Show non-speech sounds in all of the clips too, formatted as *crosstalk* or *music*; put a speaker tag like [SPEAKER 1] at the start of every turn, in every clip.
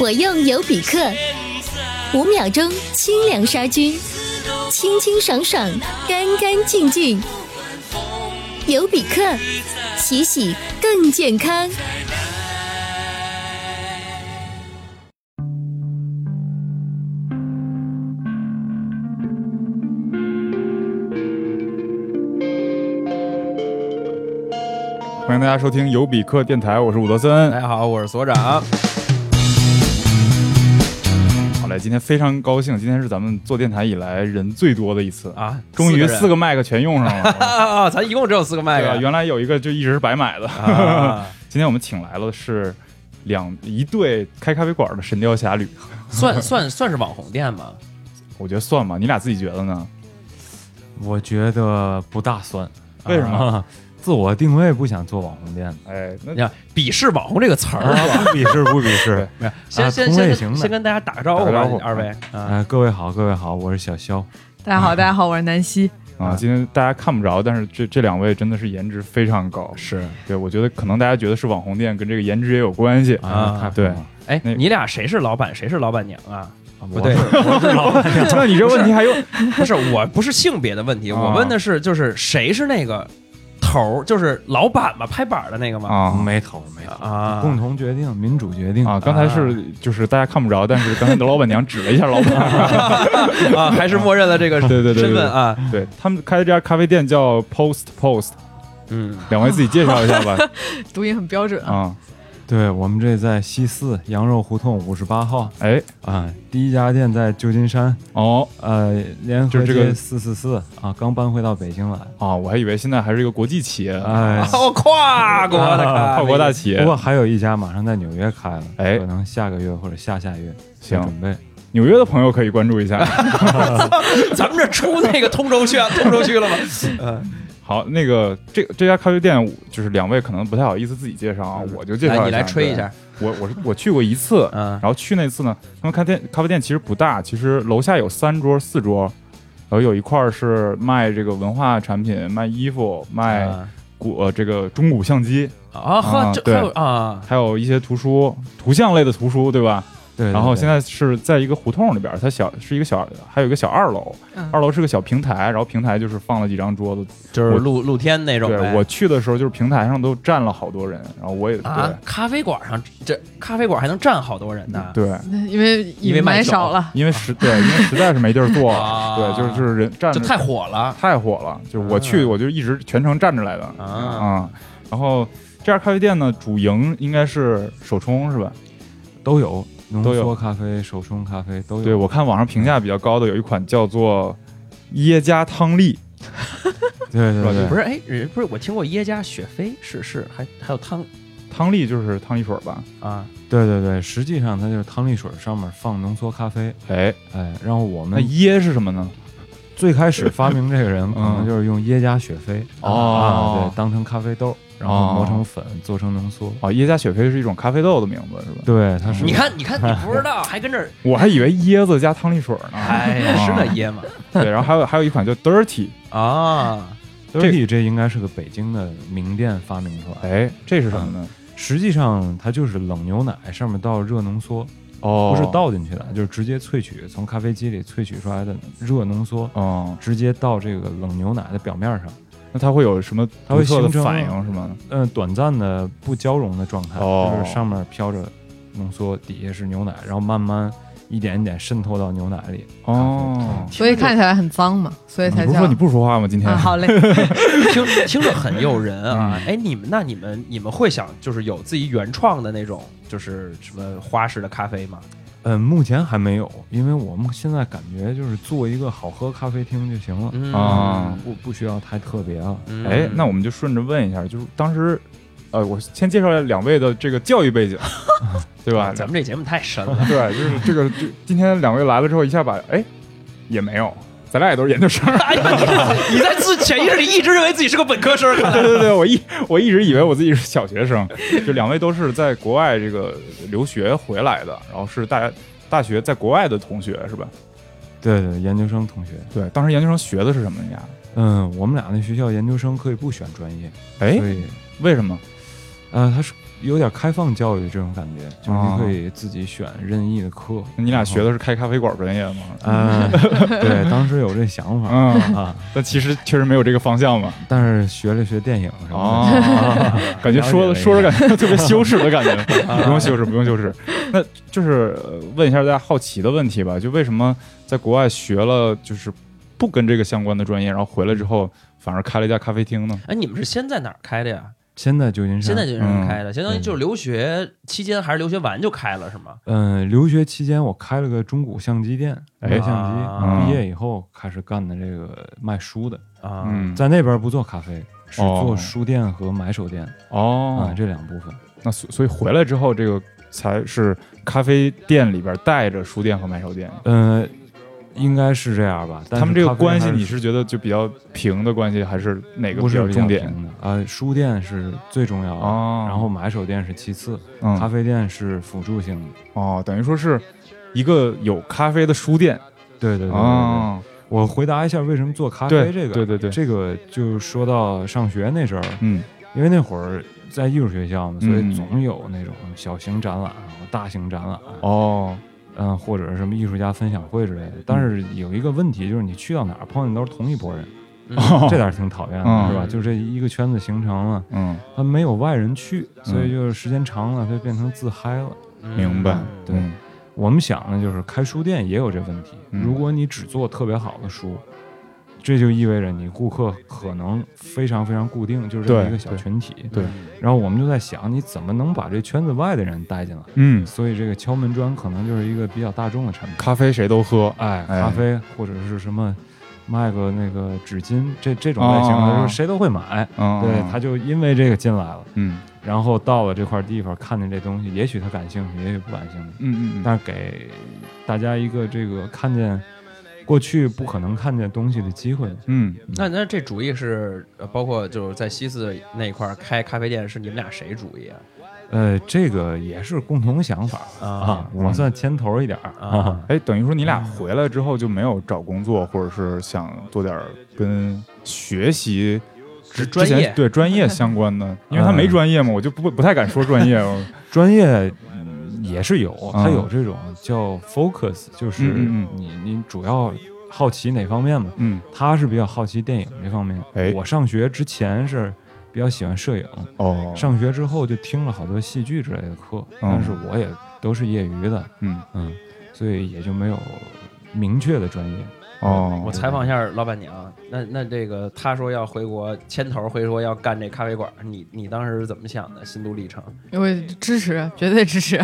[SPEAKER 1] 我用尤比克，五秒钟清凉杀菌，清清爽爽，干干净净。尤比克，洗洗更健康。
[SPEAKER 2] 欢迎大家收听尤比克电台，我是伍德森。
[SPEAKER 3] 大家好，我是所长。
[SPEAKER 2] 好嘞，今天非常高兴，今天是咱们做电台以来人最多的一次，
[SPEAKER 3] 啊，
[SPEAKER 2] 终于四
[SPEAKER 3] 个
[SPEAKER 2] 个麦克全用上了。
[SPEAKER 3] 人啊，咱一共只有四个麦
[SPEAKER 2] 对啊，
[SPEAKER 3] 克。
[SPEAKER 2] 原来有一个就一直是白买的。
[SPEAKER 3] 啊，
[SPEAKER 2] *laughs* 今天我们请来了是两一对开咖啡馆的神雕侠侣，
[SPEAKER 3] 算算算是网红店吧。
[SPEAKER 2] 我觉得算吧，你俩自己觉得呢？
[SPEAKER 4] 我觉得不大算，
[SPEAKER 2] 为什么
[SPEAKER 4] 啊自我定位不想做网
[SPEAKER 2] *laughs*
[SPEAKER 4] 红店的，
[SPEAKER 2] 哎，那
[SPEAKER 3] 你看“鄙视网红”这个词儿啊，
[SPEAKER 4] 不鄙视不鄙视。
[SPEAKER 3] 先
[SPEAKER 4] 啊
[SPEAKER 3] 先
[SPEAKER 4] 同类
[SPEAKER 3] 先
[SPEAKER 4] 型的
[SPEAKER 3] 先跟大家打个招呼
[SPEAKER 2] 打个
[SPEAKER 3] 吧
[SPEAKER 2] 招呼，
[SPEAKER 3] 二位啊，
[SPEAKER 4] 呃，各位好，各位好，我是小肖。
[SPEAKER 5] 大家好，大家好，我是南希。
[SPEAKER 2] 啊，今天大家看不着，但是这这两位真的是颜值非常高。
[SPEAKER 3] 是
[SPEAKER 2] 对，我觉得可能大家觉得是网红店，跟这个颜值也有关系。
[SPEAKER 3] 啊
[SPEAKER 4] 太棒
[SPEAKER 2] 对
[SPEAKER 4] 了
[SPEAKER 3] 哎，
[SPEAKER 2] 那
[SPEAKER 3] 你俩谁是老板，谁是老板娘啊？不
[SPEAKER 4] 我
[SPEAKER 3] 对，
[SPEAKER 2] 那你这问题还用？
[SPEAKER 3] *laughs* 不是，我不是性别的问题，
[SPEAKER 2] 啊
[SPEAKER 3] 我问的是就是谁是那个头儿，就是老板嘛，拍板儿的那个嘛。
[SPEAKER 2] *laughs* 啊
[SPEAKER 4] 没头没头，
[SPEAKER 3] 啊，
[SPEAKER 4] 共同决定，民主决定
[SPEAKER 2] 啊，刚才是就是大家看不着，但是刚才你的老板娘指了一下老板。
[SPEAKER 3] 啊，还是默认了这个
[SPEAKER 2] 对对对对
[SPEAKER 3] 身份啊，
[SPEAKER 2] 对他们开的这家咖啡店叫 Post Post，
[SPEAKER 3] 嗯，
[SPEAKER 2] 两位自己介绍一下吧。
[SPEAKER 5] 读音很标准啊。
[SPEAKER 2] 啊，
[SPEAKER 4] 对我们这在西四羊肉胡同五十八号
[SPEAKER 2] 哎，
[SPEAKER 4] 啊，第一家店在旧金山，
[SPEAKER 2] 哦
[SPEAKER 4] 呃，联
[SPEAKER 2] 就
[SPEAKER 4] 合
[SPEAKER 2] 是这个
[SPEAKER 4] 街四四四啊，刚搬回到北京来。
[SPEAKER 2] 啊，我还以为现在还是一个国际企业，
[SPEAKER 4] 哎，
[SPEAKER 3] *laughs* 哦，跨国的咖
[SPEAKER 2] 啊跨
[SPEAKER 3] 啡
[SPEAKER 2] 国大企业
[SPEAKER 4] 不。过还有一家马上在纽约开了，
[SPEAKER 2] 哎
[SPEAKER 4] 可能下个月或者下下月
[SPEAKER 2] 行
[SPEAKER 4] 有准备。
[SPEAKER 2] 纽约的朋友可以关注一下。 *laughs*
[SPEAKER 3] 咱们这出那个通州区啊，通州区了吗？
[SPEAKER 2] 呃
[SPEAKER 3] 嗯，
[SPEAKER 2] 好，那个这这家咖啡店，就是两位可能不太好意思自己介绍啊，我就介绍一下。
[SPEAKER 3] 来你来吹一下，
[SPEAKER 2] 对。我我是我去过一次，
[SPEAKER 3] 嗯
[SPEAKER 2] 然后去那次呢，他们开店咖啡店其实不大，其实楼下有三桌四桌，然后有一块儿是卖这个文化产品，卖衣服，卖
[SPEAKER 3] 嗯
[SPEAKER 2] 古、呃这个中古相机，
[SPEAKER 3] 啊
[SPEAKER 2] 哎啊
[SPEAKER 3] 呵，这
[SPEAKER 2] 对
[SPEAKER 3] 还有啊，
[SPEAKER 2] 还有一些图书图像类的图书，对吧？
[SPEAKER 4] 对，对
[SPEAKER 2] 然后
[SPEAKER 4] 对
[SPEAKER 2] 现在是在一个胡同里边儿，它小是一个小，还有一个小二楼，
[SPEAKER 5] 嗯
[SPEAKER 2] 二楼是个小平台，然后平台就是放了几张桌子。
[SPEAKER 3] 就是露露天那种呗。
[SPEAKER 2] 对我去的时候，就是平台上都站了好多人，然后我也
[SPEAKER 3] 啊，咖啡馆上这咖啡馆还能站好多人呢。
[SPEAKER 2] 对对，
[SPEAKER 5] 因为
[SPEAKER 3] 因为卖
[SPEAKER 5] 买
[SPEAKER 3] 少
[SPEAKER 5] 少了，
[SPEAKER 2] 因为实对，因为实在是没地儿坐
[SPEAKER 3] 啊
[SPEAKER 2] 了，对，就是就是人站
[SPEAKER 3] 这
[SPEAKER 2] 着
[SPEAKER 3] 太火了
[SPEAKER 2] 太火了，就是我去
[SPEAKER 3] 啊
[SPEAKER 2] 我就一直全程站着来的
[SPEAKER 3] 啊！
[SPEAKER 2] 啊。然后这家咖啡店呢，主营应该是手冲是吧？
[SPEAKER 4] 都有浓
[SPEAKER 2] 都有
[SPEAKER 4] 缩咖啡、手冲咖啡都有。
[SPEAKER 2] 对，我看网上评价比较高的有一款叫做椰加汤力，
[SPEAKER 4] 对对
[SPEAKER 2] 是吧
[SPEAKER 4] 对
[SPEAKER 3] 不是，哎，人不是我听过耶加雪菲是是，还还有汤
[SPEAKER 2] 汤力就是汤力水吧？
[SPEAKER 3] 啊，
[SPEAKER 4] 对对对，实际上它就是汤力水上面放浓缩咖啡。
[SPEAKER 2] 哎，
[SPEAKER 4] 哎，然后我
[SPEAKER 2] 那
[SPEAKER 4] 们
[SPEAKER 2] 椰是什么呢？
[SPEAKER 4] 最开始发明这个人，
[SPEAKER 2] 嗯
[SPEAKER 4] 可能就是用椰加雪菲
[SPEAKER 2] 哦
[SPEAKER 4] 啊，对，当成咖啡豆，然后磨成粉，做成浓缩。
[SPEAKER 2] 哦，椰加雪菲是一种咖啡豆的名字是吧？
[SPEAKER 4] 对，它是
[SPEAKER 3] 你看你看你不知道，还跟这
[SPEAKER 2] *laughs*
[SPEAKER 3] 儿，
[SPEAKER 2] 我还以为椰子加汤力水呢。
[SPEAKER 3] 哎呀，
[SPEAKER 2] 啊
[SPEAKER 3] 是那椰吗？
[SPEAKER 2] 对，然后还有还有一款叫 Dirty，
[SPEAKER 3] 啊，
[SPEAKER 4] Dirty，这应该是个北京的名店发明出来的。
[SPEAKER 2] 哎，这是什么呢？
[SPEAKER 4] 实际上它就是冷牛奶上面倒热浓缩，
[SPEAKER 2] 哦
[SPEAKER 4] 不是倒进去的，就是直接萃取，从咖啡机里萃取出来的热浓缩，
[SPEAKER 2] 哦，
[SPEAKER 4] 直接到这个冷牛奶的表面上。
[SPEAKER 2] 那它会有什么
[SPEAKER 4] 它会
[SPEAKER 2] 独特的
[SPEAKER 4] 形成
[SPEAKER 2] 反应是吗？
[SPEAKER 4] 嗯，短暂的不交融的状态，
[SPEAKER 2] 哦
[SPEAKER 4] 就是上面飘着浓缩，底下是牛奶，然后慢慢一点一点渗透到牛奶里。嗯
[SPEAKER 2] 哦，
[SPEAKER 5] 所以看起来很脏嘛，所以
[SPEAKER 2] 你
[SPEAKER 5] 才
[SPEAKER 2] 不是
[SPEAKER 5] 叫
[SPEAKER 2] 说你。不说话吗？今天
[SPEAKER 5] 哎
[SPEAKER 2] *laughs*
[SPEAKER 5] 啊，好嘞，
[SPEAKER 3] 听听着很诱人
[SPEAKER 2] 嗯
[SPEAKER 3] 啊！哎，你们那你们你们会想就是有自己原创的那种就是什么花式的咖啡吗？
[SPEAKER 4] 嗯，目前还没有，因为我们现在感觉就是做一个好喝咖啡厅就行了，
[SPEAKER 3] 嗯
[SPEAKER 2] 啊
[SPEAKER 4] 不不需要太特别啊了。
[SPEAKER 3] 嗯
[SPEAKER 2] 哎，那我们就顺着问一下，就是当时，呃，我先介绍一下两位的这个教育背景， *laughs* 对吧？
[SPEAKER 3] 嗯 *laughs* 咱们这节目太深了，
[SPEAKER 2] 对，就是这个，这今天两位来了之后，一下把哎也没有，咱俩也都是研究生。
[SPEAKER 3] 哎呀，你你在自潜意识里一直认为自己是个本科生，看来
[SPEAKER 2] 对对 *laughs* 对，我一我一直以为我自己是小学生，就两位都是在国外这个留学回来的，然后是大大学在国外的同学是吧？
[SPEAKER 4] 对对，研究生同学，
[SPEAKER 2] 对，当时研究生学的是什么呀？
[SPEAKER 4] 嗯，我们俩那学校研究生可以不选专业，
[SPEAKER 2] 哎
[SPEAKER 4] 所，以
[SPEAKER 2] 为什么？
[SPEAKER 4] 呃，他是有点开放教育这种感觉，就是
[SPEAKER 2] 哦
[SPEAKER 4] 你可以自己选任意的课。
[SPEAKER 2] 那你俩学的是开咖啡馆专业吗？
[SPEAKER 4] 啊，对，当时有这想法
[SPEAKER 2] 嗯，
[SPEAKER 4] 啊，
[SPEAKER 2] 但其实确实没有这个方向嘛。
[SPEAKER 4] 但是学了学电影什么的，
[SPEAKER 2] 哦， *laughs* 感觉说
[SPEAKER 4] 了
[SPEAKER 2] 了
[SPEAKER 4] 解
[SPEAKER 2] 说着
[SPEAKER 4] 了
[SPEAKER 2] 感觉特别羞耻的感觉， *laughs* 不用羞耻，不用羞耻。那就是呃问一下大家好奇的问题吧，就为什么在国外学了就是不跟这个相关的专业，然后回来之后反而开了一家咖啡厅呢？
[SPEAKER 3] *laughs* 哎，你们是先在哪儿开的呀？
[SPEAKER 4] 现在旧金山，
[SPEAKER 3] 现在就是
[SPEAKER 2] 嗯
[SPEAKER 3] 开的，相当于就是留学期间还是留学完就开了是吗？
[SPEAKER 4] 嗯，留学期间我开了个中古相机店，
[SPEAKER 2] 哎
[SPEAKER 4] 卖相机。
[SPEAKER 3] 啊
[SPEAKER 4] 毕业以后开始干的这个卖书的，
[SPEAKER 3] 啊，
[SPEAKER 2] 嗯，
[SPEAKER 4] 在那边不做咖啡，是
[SPEAKER 2] 哦
[SPEAKER 4] 做书店和买手店
[SPEAKER 2] 哦
[SPEAKER 4] 啊，这两部分。
[SPEAKER 2] 那所所以回来之后，这个才是咖啡店里边带着书店和买手店。
[SPEAKER 4] 嗯，应该是这样吧。但是
[SPEAKER 2] 他们这个
[SPEAKER 4] 咖啡
[SPEAKER 2] 关系，
[SPEAKER 4] 还是
[SPEAKER 2] 你是觉得就比较平的关系，还是哪个
[SPEAKER 4] 不
[SPEAKER 2] 比
[SPEAKER 4] 是
[SPEAKER 2] 较
[SPEAKER 4] 比
[SPEAKER 2] 重
[SPEAKER 4] 较
[SPEAKER 2] 点？
[SPEAKER 4] 平的啊？书店是最重要的，
[SPEAKER 2] 哦
[SPEAKER 4] 然后买手店是其次，
[SPEAKER 2] 嗯
[SPEAKER 4] 咖啡店是辅助性的。
[SPEAKER 2] 哦，等于说是一个有咖啡的书店
[SPEAKER 4] 对对对对对。
[SPEAKER 2] 哦，
[SPEAKER 4] 我回答一下为什么做咖
[SPEAKER 2] 对
[SPEAKER 4] 啡这个，
[SPEAKER 2] 哦对对对
[SPEAKER 4] 这个就说到上学那阵儿，
[SPEAKER 2] 嗯
[SPEAKER 4] 因为那会儿在艺术学校嘛，所
[SPEAKER 2] 嗯
[SPEAKER 4] 以总有那种小型展览、啊大型展览，啊
[SPEAKER 2] 哦 *laughs*
[SPEAKER 4] 嗯，或者是什么艺术家分享会之类的。但是
[SPEAKER 2] 嗯
[SPEAKER 4] 有一个问题就是，你去到哪儿碰见都是同一拨人，
[SPEAKER 3] 嗯
[SPEAKER 4] 这点儿挺讨厌
[SPEAKER 2] 嗯
[SPEAKER 4] 的，是吧？就这一个圈子形成了，
[SPEAKER 2] 嗯
[SPEAKER 4] 它没有外人去，所以就是时间长了，它就变成自嗨了。
[SPEAKER 2] 明白
[SPEAKER 3] 嗯
[SPEAKER 4] 对
[SPEAKER 2] 嗯
[SPEAKER 4] 我们想呢，就是开书店也有这问题。
[SPEAKER 2] 嗯
[SPEAKER 4] 如果你只做特别好的书，这就意味着你顾客可能非常非常固定，就是这么
[SPEAKER 2] 对
[SPEAKER 4] 一个小
[SPEAKER 2] 对
[SPEAKER 4] 群体。
[SPEAKER 2] 对
[SPEAKER 3] 嗯
[SPEAKER 4] 然后我们就在想，你怎么能把这圈子外的人带进来？
[SPEAKER 2] 嗯，
[SPEAKER 4] 所以这个敲门砖可能就是一个比较大众的产品，
[SPEAKER 2] 咖啡谁都喝，
[SPEAKER 4] 哎，
[SPEAKER 2] 哎
[SPEAKER 4] 咖啡或者是什么卖个那个纸巾，这这种类型的，
[SPEAKER 2] 哦
[SPEAKER 4] 就是谁都会买。
[SPEAKER 2] 嗯，
[SPEAKER 4] 对，他就因为这个进来了，
[SPEAKER 2] 嗯
[SPEAKER 4] 然后到了这块地方看见这东西，也许他感兴趣，也许不感兴趣，
[SPEAKER 2] 嗯嗯嗯，
[SPEAKER 4] 但是给大家一个这个看见过去不可能看见东西的机会。
[SPEAKER 2] 嗯，
[SPEAKER 3] 那那这主意是呃包括就是在西四那一块儿开咖啡店是你们俩谁主意啊？
[SPEAKER 4] 呃，这个也是共同想法
[SPEAKER 3] 啊
[SPEAKER 4] 啊，我算牵头一点儿
[SPEAKER 3] 啊，
[SPEAKER 2] 哎，等于说你俩回来之后就没有找工作，或者是想做点儿跟学习之。
[SPEAKER 3] 专
[SPEAKER 2] 之前
[SPEAKER 3] 业
[SPEAKER 2] 对专业相关
[SPEAKER 4] *laughs*
[SPEAKER 2] 的，因为他
[SPEAKER 4] 嗯
[SPEAKER 2] 没专业嘛，我就不不太敢说专业
[SPEAKER 4] *laughs*
[SPEAKER 2] 哦。
[SPEAKER 4] 专业嗯也是有，它
[SPEAKER 2] 嗯
[SPEAKER 4] 有这种叫 focus，就是
[SPEAKER 2] 嗯嗯嗯
[SPEAKER 4] 你你主要好奇哪方面嘛？
[SPEAKER 2] 嗯，
[SPEAKER 4] 他是比较好奇电影这方面。
[SPEAKER 2] 哎
[SPEAKER 4] 我上学之前是比较喜欢摄影，
[SPEAKER 2] 哦，
[SPEAKER 4] 上学之后就听了好多戏剧之类的课，但是我也都是业余的，
[SPEAKER 2] 嗯
[SPEAKER 4] 嗯，所以也就没有明确的专业。
[SPEAKER 2] 哦，
[SPEAKER 3] 我采访一下老板娘，那那这个她说要回国牵头回说要干这咖啡馆，你你当时是怎么想的？心路历程
[SPEAKER 5] 我支持，绝对支持。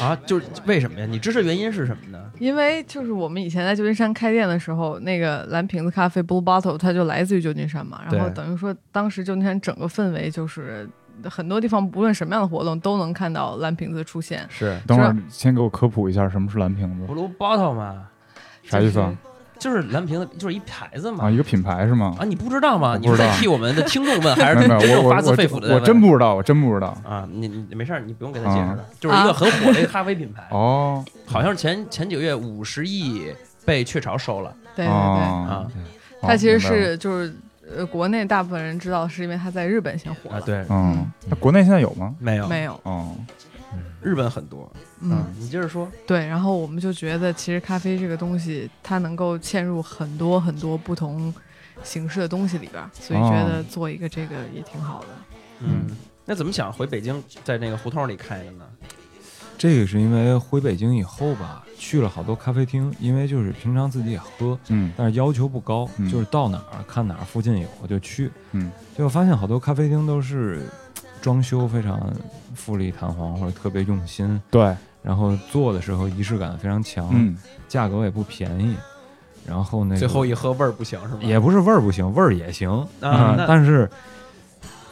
[SPEAKER 3] 啊，就是为什么呀？你支持原因是什么呢？
[SPEAKER 5] 因为就是我们以前在旧金山开店的时候，那个蓝瓶子咖啡 Blue Bottle 它就来自于旧金山嘛，然后
[SPEAKER 3] 对
[SPEAKER 5] 等于说当时旧金山整个氛围就是很多地方不论什么样的活动都能看到蓝瓶子出现，
[SPEAKER 3] 是
[SPEAKER 2] 等会儿先给我科普一下什么是蓝瓶子，
[SPEAKER 3] Blue Bottle 嘛，
[SPEAKER 2] 啥意思啊？
[SPEAKER 3] 就是蓝瓶子，就是一牌子嘛
[SPEAKER 2] 啊，。一个品牌是吗
[SPEAKER 3] 啊，？你不知道吗？
[SPEAKER 2] 我
[SPEAKER 3] 你
[SPEAKER 2] 不
[SPEAKER 3] 是
[SPEAKER 2] 知道
[SPEAKER 3] 在替我们的听众
[SPEAKER 2] *laughs*
[SPEAKER 3] 问，还是
[SPEAKER 2] 没有
[SPEAKER 3] 真
[SPEAKER 2] 没有，
[SPEAKER 3] 正
[SPEAKER 2] 我我
[SPEAKER 3] 发自
[SPEAKER 2] 我
[SPEAKER 3] 肺腑的
[SPEAKER 2] 我真不知道，我真不知道。
[SPEAKER 3] 啊，你你没事儿，你不用给他解释了，就是一个很火的一个咖啡品牌，
[SPEAKER 2] 哦，
[SPEAKER 3] 好像是前前几个月五十亿被雀巢收了
[SPEAKER 5] 对对对，
[SPEAKER 2] 哦
[SPEAKER 3] 啊，
[SPEAKER 5] 它其实
[SPEAKER 2] 哦明白了
[SPEAKER 5] 是就是呃国内大部分人知道是因为它在日本先火了，
[SPEAKER 3] 啊，对，
[SPEAKER 2] 嗯，那国内现在有吗？
[SPEAKER 3] 没有
[SPEAKER 5] 没有，
[SPEAKER 2] 哦，
[SPEAKER 3] 日本很多，
[SPEAKER 5] 嗯，
[SPEAKER 3] 你接着说，
[SPEAKER 5] 对，然后我们就觉得，其实咖啡这个东西，它能够嵌入很多很多不同形式的东西里边儿，所以觉
[SPEAKER 2] 哦
[SPEAKER 5] 得做一个这个也挺好的。
[SPEAKER 3] 嗯，那怎么想回北京，在那个胡同里开的呢？
[SPEAKER 4] 这个是因为回北京以后吧，去了好多咖啡厅，因为就是平常自己也喝，
[SPEAKER 2] 嗯
[SPEAKER 4] 但是要求不高，
[SPEAKER 2] 嗯
[SPEAKER 4] 就是到哪儿看哪儿附近有我就去。
[SPEAKER 2] 嗯，
[SPEAKER 4] 结果发现好多咖啡厅都是嘖装修非常富丽堂皇或者特别用心，
[SPEAKER 2] 对，
[SPEAKER 4] 然后做的时候仪式感非常强，
[SPEAKER 2] 嗯
[SPEAKER 4] 价格也不便宜，然后那个
[SPEAKER 3] 最后一喝味儿不行是吗？
[SPEAKER 4] 也不是味儿不行，味儿也行
[SPEAKER 3] 啊
[SPEAKER 4] 嗯
[SPEAKER 3] 那
[SPEAKER 4] 但是。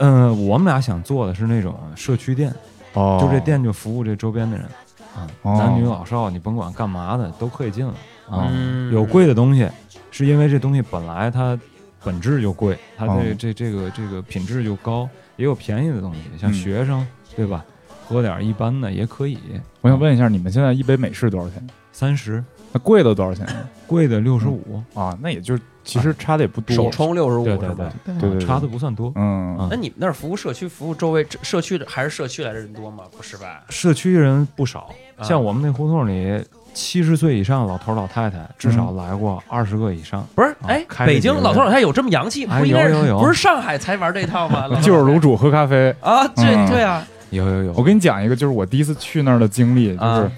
[SPEAKER 4] 嗯、我们俩想做的是那种社区店，
[SPEAKER 2] 哦，
[SPEAKER 4] 就这店就服务这周边的人啊，
[SPEAKER 2] 哦
[SPEAKER 4] 男女老少，你甭管干嘛的都可以进来啊。
[SPEAKER 3] 嗯
[SPEAKER 4] 有贵的东西，是因为这东西本来它本质就贵，它这、
[SPEAKER 2] 哦
[SPEAKER 4] 这这个这个品质就高，也有便宜的东西，像
[SPEAKER 2] 嗯
[SPEAKER 4] 学生、对吧？喝点儿一般的也可以，
[SPEAKER 2] 我想问一下，你们现在一杯美式多少钱？
[SPEAKER 4] 三十，
[SPEAKER 2] 那贵的多少钱
[SPEAKER 4] 贵的六十五，
[SPEAKER 2] 啊？那也就是其实差的也不多，
[SPEAKER 3] 手冲六十五
[SPEAKER 4] 对
[SPEAKER 3] 是
[SPEAKER 4] 对对
[SPEAKER 3] 吧？
[SPEAKER 5] 对
[SPEAKER 2] 对对对
[SPEAKER 4] 差的不算多。
[SPEAKER 2] 嗯，
[SPEAKER 4] 啊
[SPEAKER 2] 嗯
[SPEAKER 3] 那你们那儿服务社区服务周围社区的还是社区来的人多吗？不是吧？
[SPEAKER 4] 社区人不少，
[SPEAKER 3] 啊
[SPEAKER 4] 像我们那胡同里，七十岁以上老头老太太至少来过二十个以上。
[SPEAKER 3] 不是，
[SPEAKER 4] 啊
[SPEAKER 3] 哎，
[SPEAKER 4] 开着
[SPEAKER 3] 北京
[SPEAKER 4] 别人
[SPEAKER 3] 老头老太太有这么洋气，
[SPEAKER 4] 哎
[SPEAKER 3] 不应该是
[SPEAKER 4] 有有有
[SPEAKER 3] 不是上海才玩这一套吗？老头
[SPEAKER 2] 就是
[SPEAKER 3] 老太
[SPEAKER 2] 卤煮喝咖啡。
[SPEAKER 3] 太啊，这
[SPEAKER 2] 嗯
[SPEAKER 3] 对啊，
[SPEAKER 4] 有有有
[SPEAKER 2] 我跟你讲一个，就是我第一次去那儿的经历，就是
[SPEAKER 3] 啊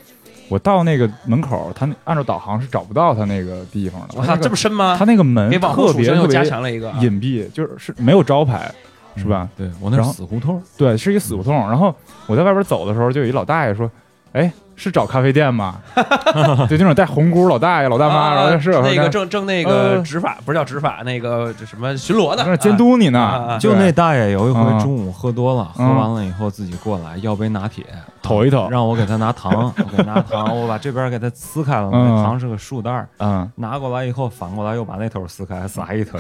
[SPEAKER 2] 我到那个门口，他那按照导航是找不到他那个地方的。
[SPEAKER 3] 我操，这么深吗
[SPEAKER 2] 他？那个门
[SPEAKER 3] 给网红
[SPEAKER 2] 特
[SPEAKER 3] 属
[SPEAKER 2] 别
[SPEAKER 3] 性
[SPEAKER 2] 特
[SPEAKER 3] 又
[SPEAKER 2] 别
[SPEAKER 3] 加强了一个啊
[SPEAKER 2] 隐蔽，就是是没有招牌，是吧？
[SPEAKER 4] 对我那
[SPEAKER 2] 然
[SPEAKER 4] 是
[SPEAKER 2] 后
[SPEAKER 4] 死胡同，
[SPEAKER 2] 对，是一死胡同。然后我在外边走的时候，就有一老大爷说：“哎，是找咖啡店吗？” *laughs* 就那种戴红箍老大爷、老大妈，
[SPEAKER 3] 啊
[SPEAKER 2] 然后是
[SPEAKER 3] 那个
[SPEAKER 2] 正
[SPEAKER 3] 正正那个
[SPEAKER 2] 呃
[SPEAKER 3] 执法，不是叫执法，那个这什么巡逻的，
[SPEAKER 2] 那监
[SPEAKER 3] 啊
[SPEAKER 2] 督你
[SPEAKER 3] 啊啊啊
[SPEAKER 2] 呢，
[SPEAKER 4] 就
[SPEAKER 2] 对
[SPEAKER 4] 那大爷有一
[SPEAKER 2] 嗯
[SPEAKER 4] 回中午喝多了，喝
[SPEAKER 2] 嗯
[SPEAKER 4] 完了以后自己过来要杯拿铁，
[SPEAKER 2] 瞅一瞅，
[SPEAKER 4] 让我给他拿糖， *laughs* 我给他拿糖，我把这边给他撕开了，
[SPEAKER 2] 嗯
[SPEAKER 4] 那糖是个束带儿，
[SPEAKER 2] 嗯，
[SPEAKER 4] 拿过来以后反过来又把那头撕开， *laughs* 还撒一腿。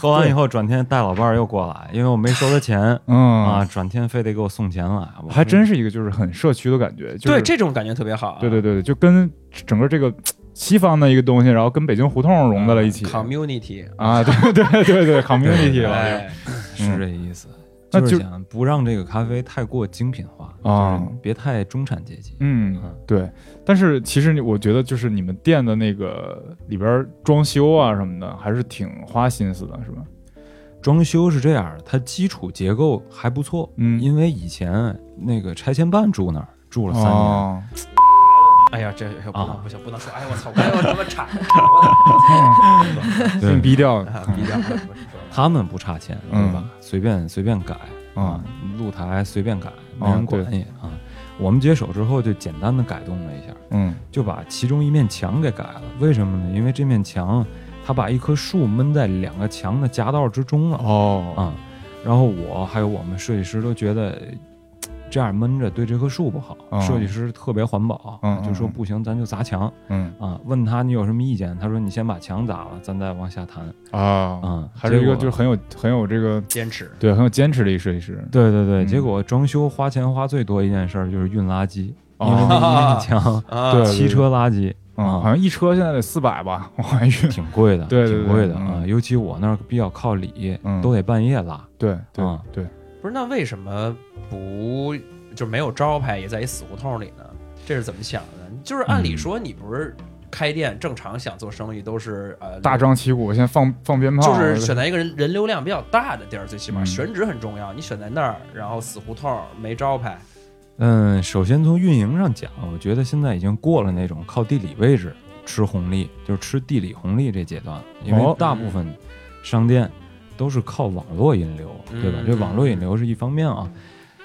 [SPEAKER 4] 喝完以后，转天带老伴儿又过来，因为我没收他钱
[SPEAKER 2] 嗯
[SPEAKER 4] 啊，转天非得给我送钱来，我
[SPEAKER 2] 还真是一个就是很社区的感觉，就是
[SPEAKER 3] 对这种感觉特别好啊。
[SPEAKER 2] 对对对对，就跟整个这个西方的一个东西，然后跟北京胡同融在了一起
[SPEAKER 3] 嗯 community，
[SPEAKER 2] 啊，对对对对，community 了
[SPEAKER 3] 哎，
[SPEAKER 4] 是这意思。
[SPEAKER 2] 嗯那
[SPEAKER 4] 就是
[SPEAKER 2] 就
[SPEAKER 4] 想不让这个咖啡太过精品化
[SPEAKER 2] 啊
[SPEAKER 4] 就是别太中产阶级。
[SPEAKER 2] 嗯，对。但是其实你我觉得就是你们店的那个里边装修啊什么的，还是挺花心思的，是吧？
[SPEAKER 4] 装修是这样的，它基础结构还不错，
[SPEAKER 2] 嗯
[SPEAKER 4] 因为以前那个拆迁办住那儿住了三年，
[SPEAKER 2] 哦，
[SPEAKER 3] 哎呀，这哎不
[SPEAKER 4] 啊
[SPEAKER 3] 能不行，不能说，哎呀，我操，哎呀，我他妈惨，
[SPEAKER 2] 给你逼掉
[SPEAKER 3] 啊比较不能说了
[SPEAKER 4] 他们不差钱，对吧？随便随便改
[SPEAKER 2] 嗯哦
[SPEAKER 4] 啊，露台随便改，没人管你啊。我们接手之后就简单的改动了一下，
[SPEAKER 2] 嗯
[SPEAKER 4] 就把其中一面墙给改了。为什么呢？因为这面墙，它把一棵树闷在两个墙的夹道之中了。
[SPEAKER 2] 哦
[SPEAKER 4] 啊、然后我还有我们设计师都觉得嘖这样闷着对这棵树不好，
[SPEAKER 2] 嗯
[SPEAKER 4] 设计师特别环保，啊
[SPEAKER 2] 嗯嗯
[SPEAKER 4] 就说不行，咱就砸墙啊、
[SPEAKER 2] 嗯
[SPEAKER 4] 问他你有什么意见，他说你先把墙砸了，咱再往下谈
[SPEAKER 2] 啊
[SPEAKER 4] 啊、
[SPEAKER 2] 还是一
[SPEAKER 4] 结
[SPEAKER 2] 个
[SPEAKER 4] 果
[SPEAKER 2] 就是很有很有这个
[SPEAKER 3] 坚持
[SPEAKER 2] 对很有坚持的一个设计师
[SPEAKER 4] 对对对，
[SPEAKER 2] 嗯
[SPEAKER 4] 结果装修花钱花最多一件事儿就是运垃圾，
[SPEAKER 2] 哦
[SPEAKER 4] 因为那一面墙
[SPEAKER 3] 啊
[SPEAKER 2] *laughs* 对
[SPEAKER 4] 七车垃圾
[SPEAKER 2] 啊，好像一车现在得四百吧，我还晕。
[SPEAKER 4] 挺贵的，
[SPEAKER 2] 对对对
[SPEAKER 4] 挺贵的啊、
[SPEAKER 2] 嗯
[SPEAKER 4] 尤其我那儿比较靠里，
[SPEAKER 2] 嗯
[SPEAKER 4] 都得半夜拉。
[SPEAKER 2] 对对
[SPEAKER 4] 啊
[SPEAKER 2] 对，
[SPEAKER 3] 不是，那为什么不就没有招牌，也在一死胡同里呢？这是怎么想的？就是按
[SPEAKER 4] 嗯
[SPEAKER 3] 理说，你不是开店正常想做生意都是呃
[SPEAKER 2] 大，张旗鼓，先放放鞭炮，
[SPEAKER 3] 就是选在一个人人流量比较大的地儿，最起码
[SPEAKER 2] 嗯
[SPEAKER 3] 选址很重要。你选在那儿，然后死胡同没招牌，
[SPEAKER 4] 嗯，首先从运营上讲，我觉得现在已经过了那种靠地理位置吃红利，就是吃地理红利这阶段，因
[SPEAKER 2] 哦
[SPEAKER 4] 为大部分商店都是靠网络引流，对吧？
[SPEAKER 3] 嗯
[SPEAKER 4] 这网络引流是一方面啊，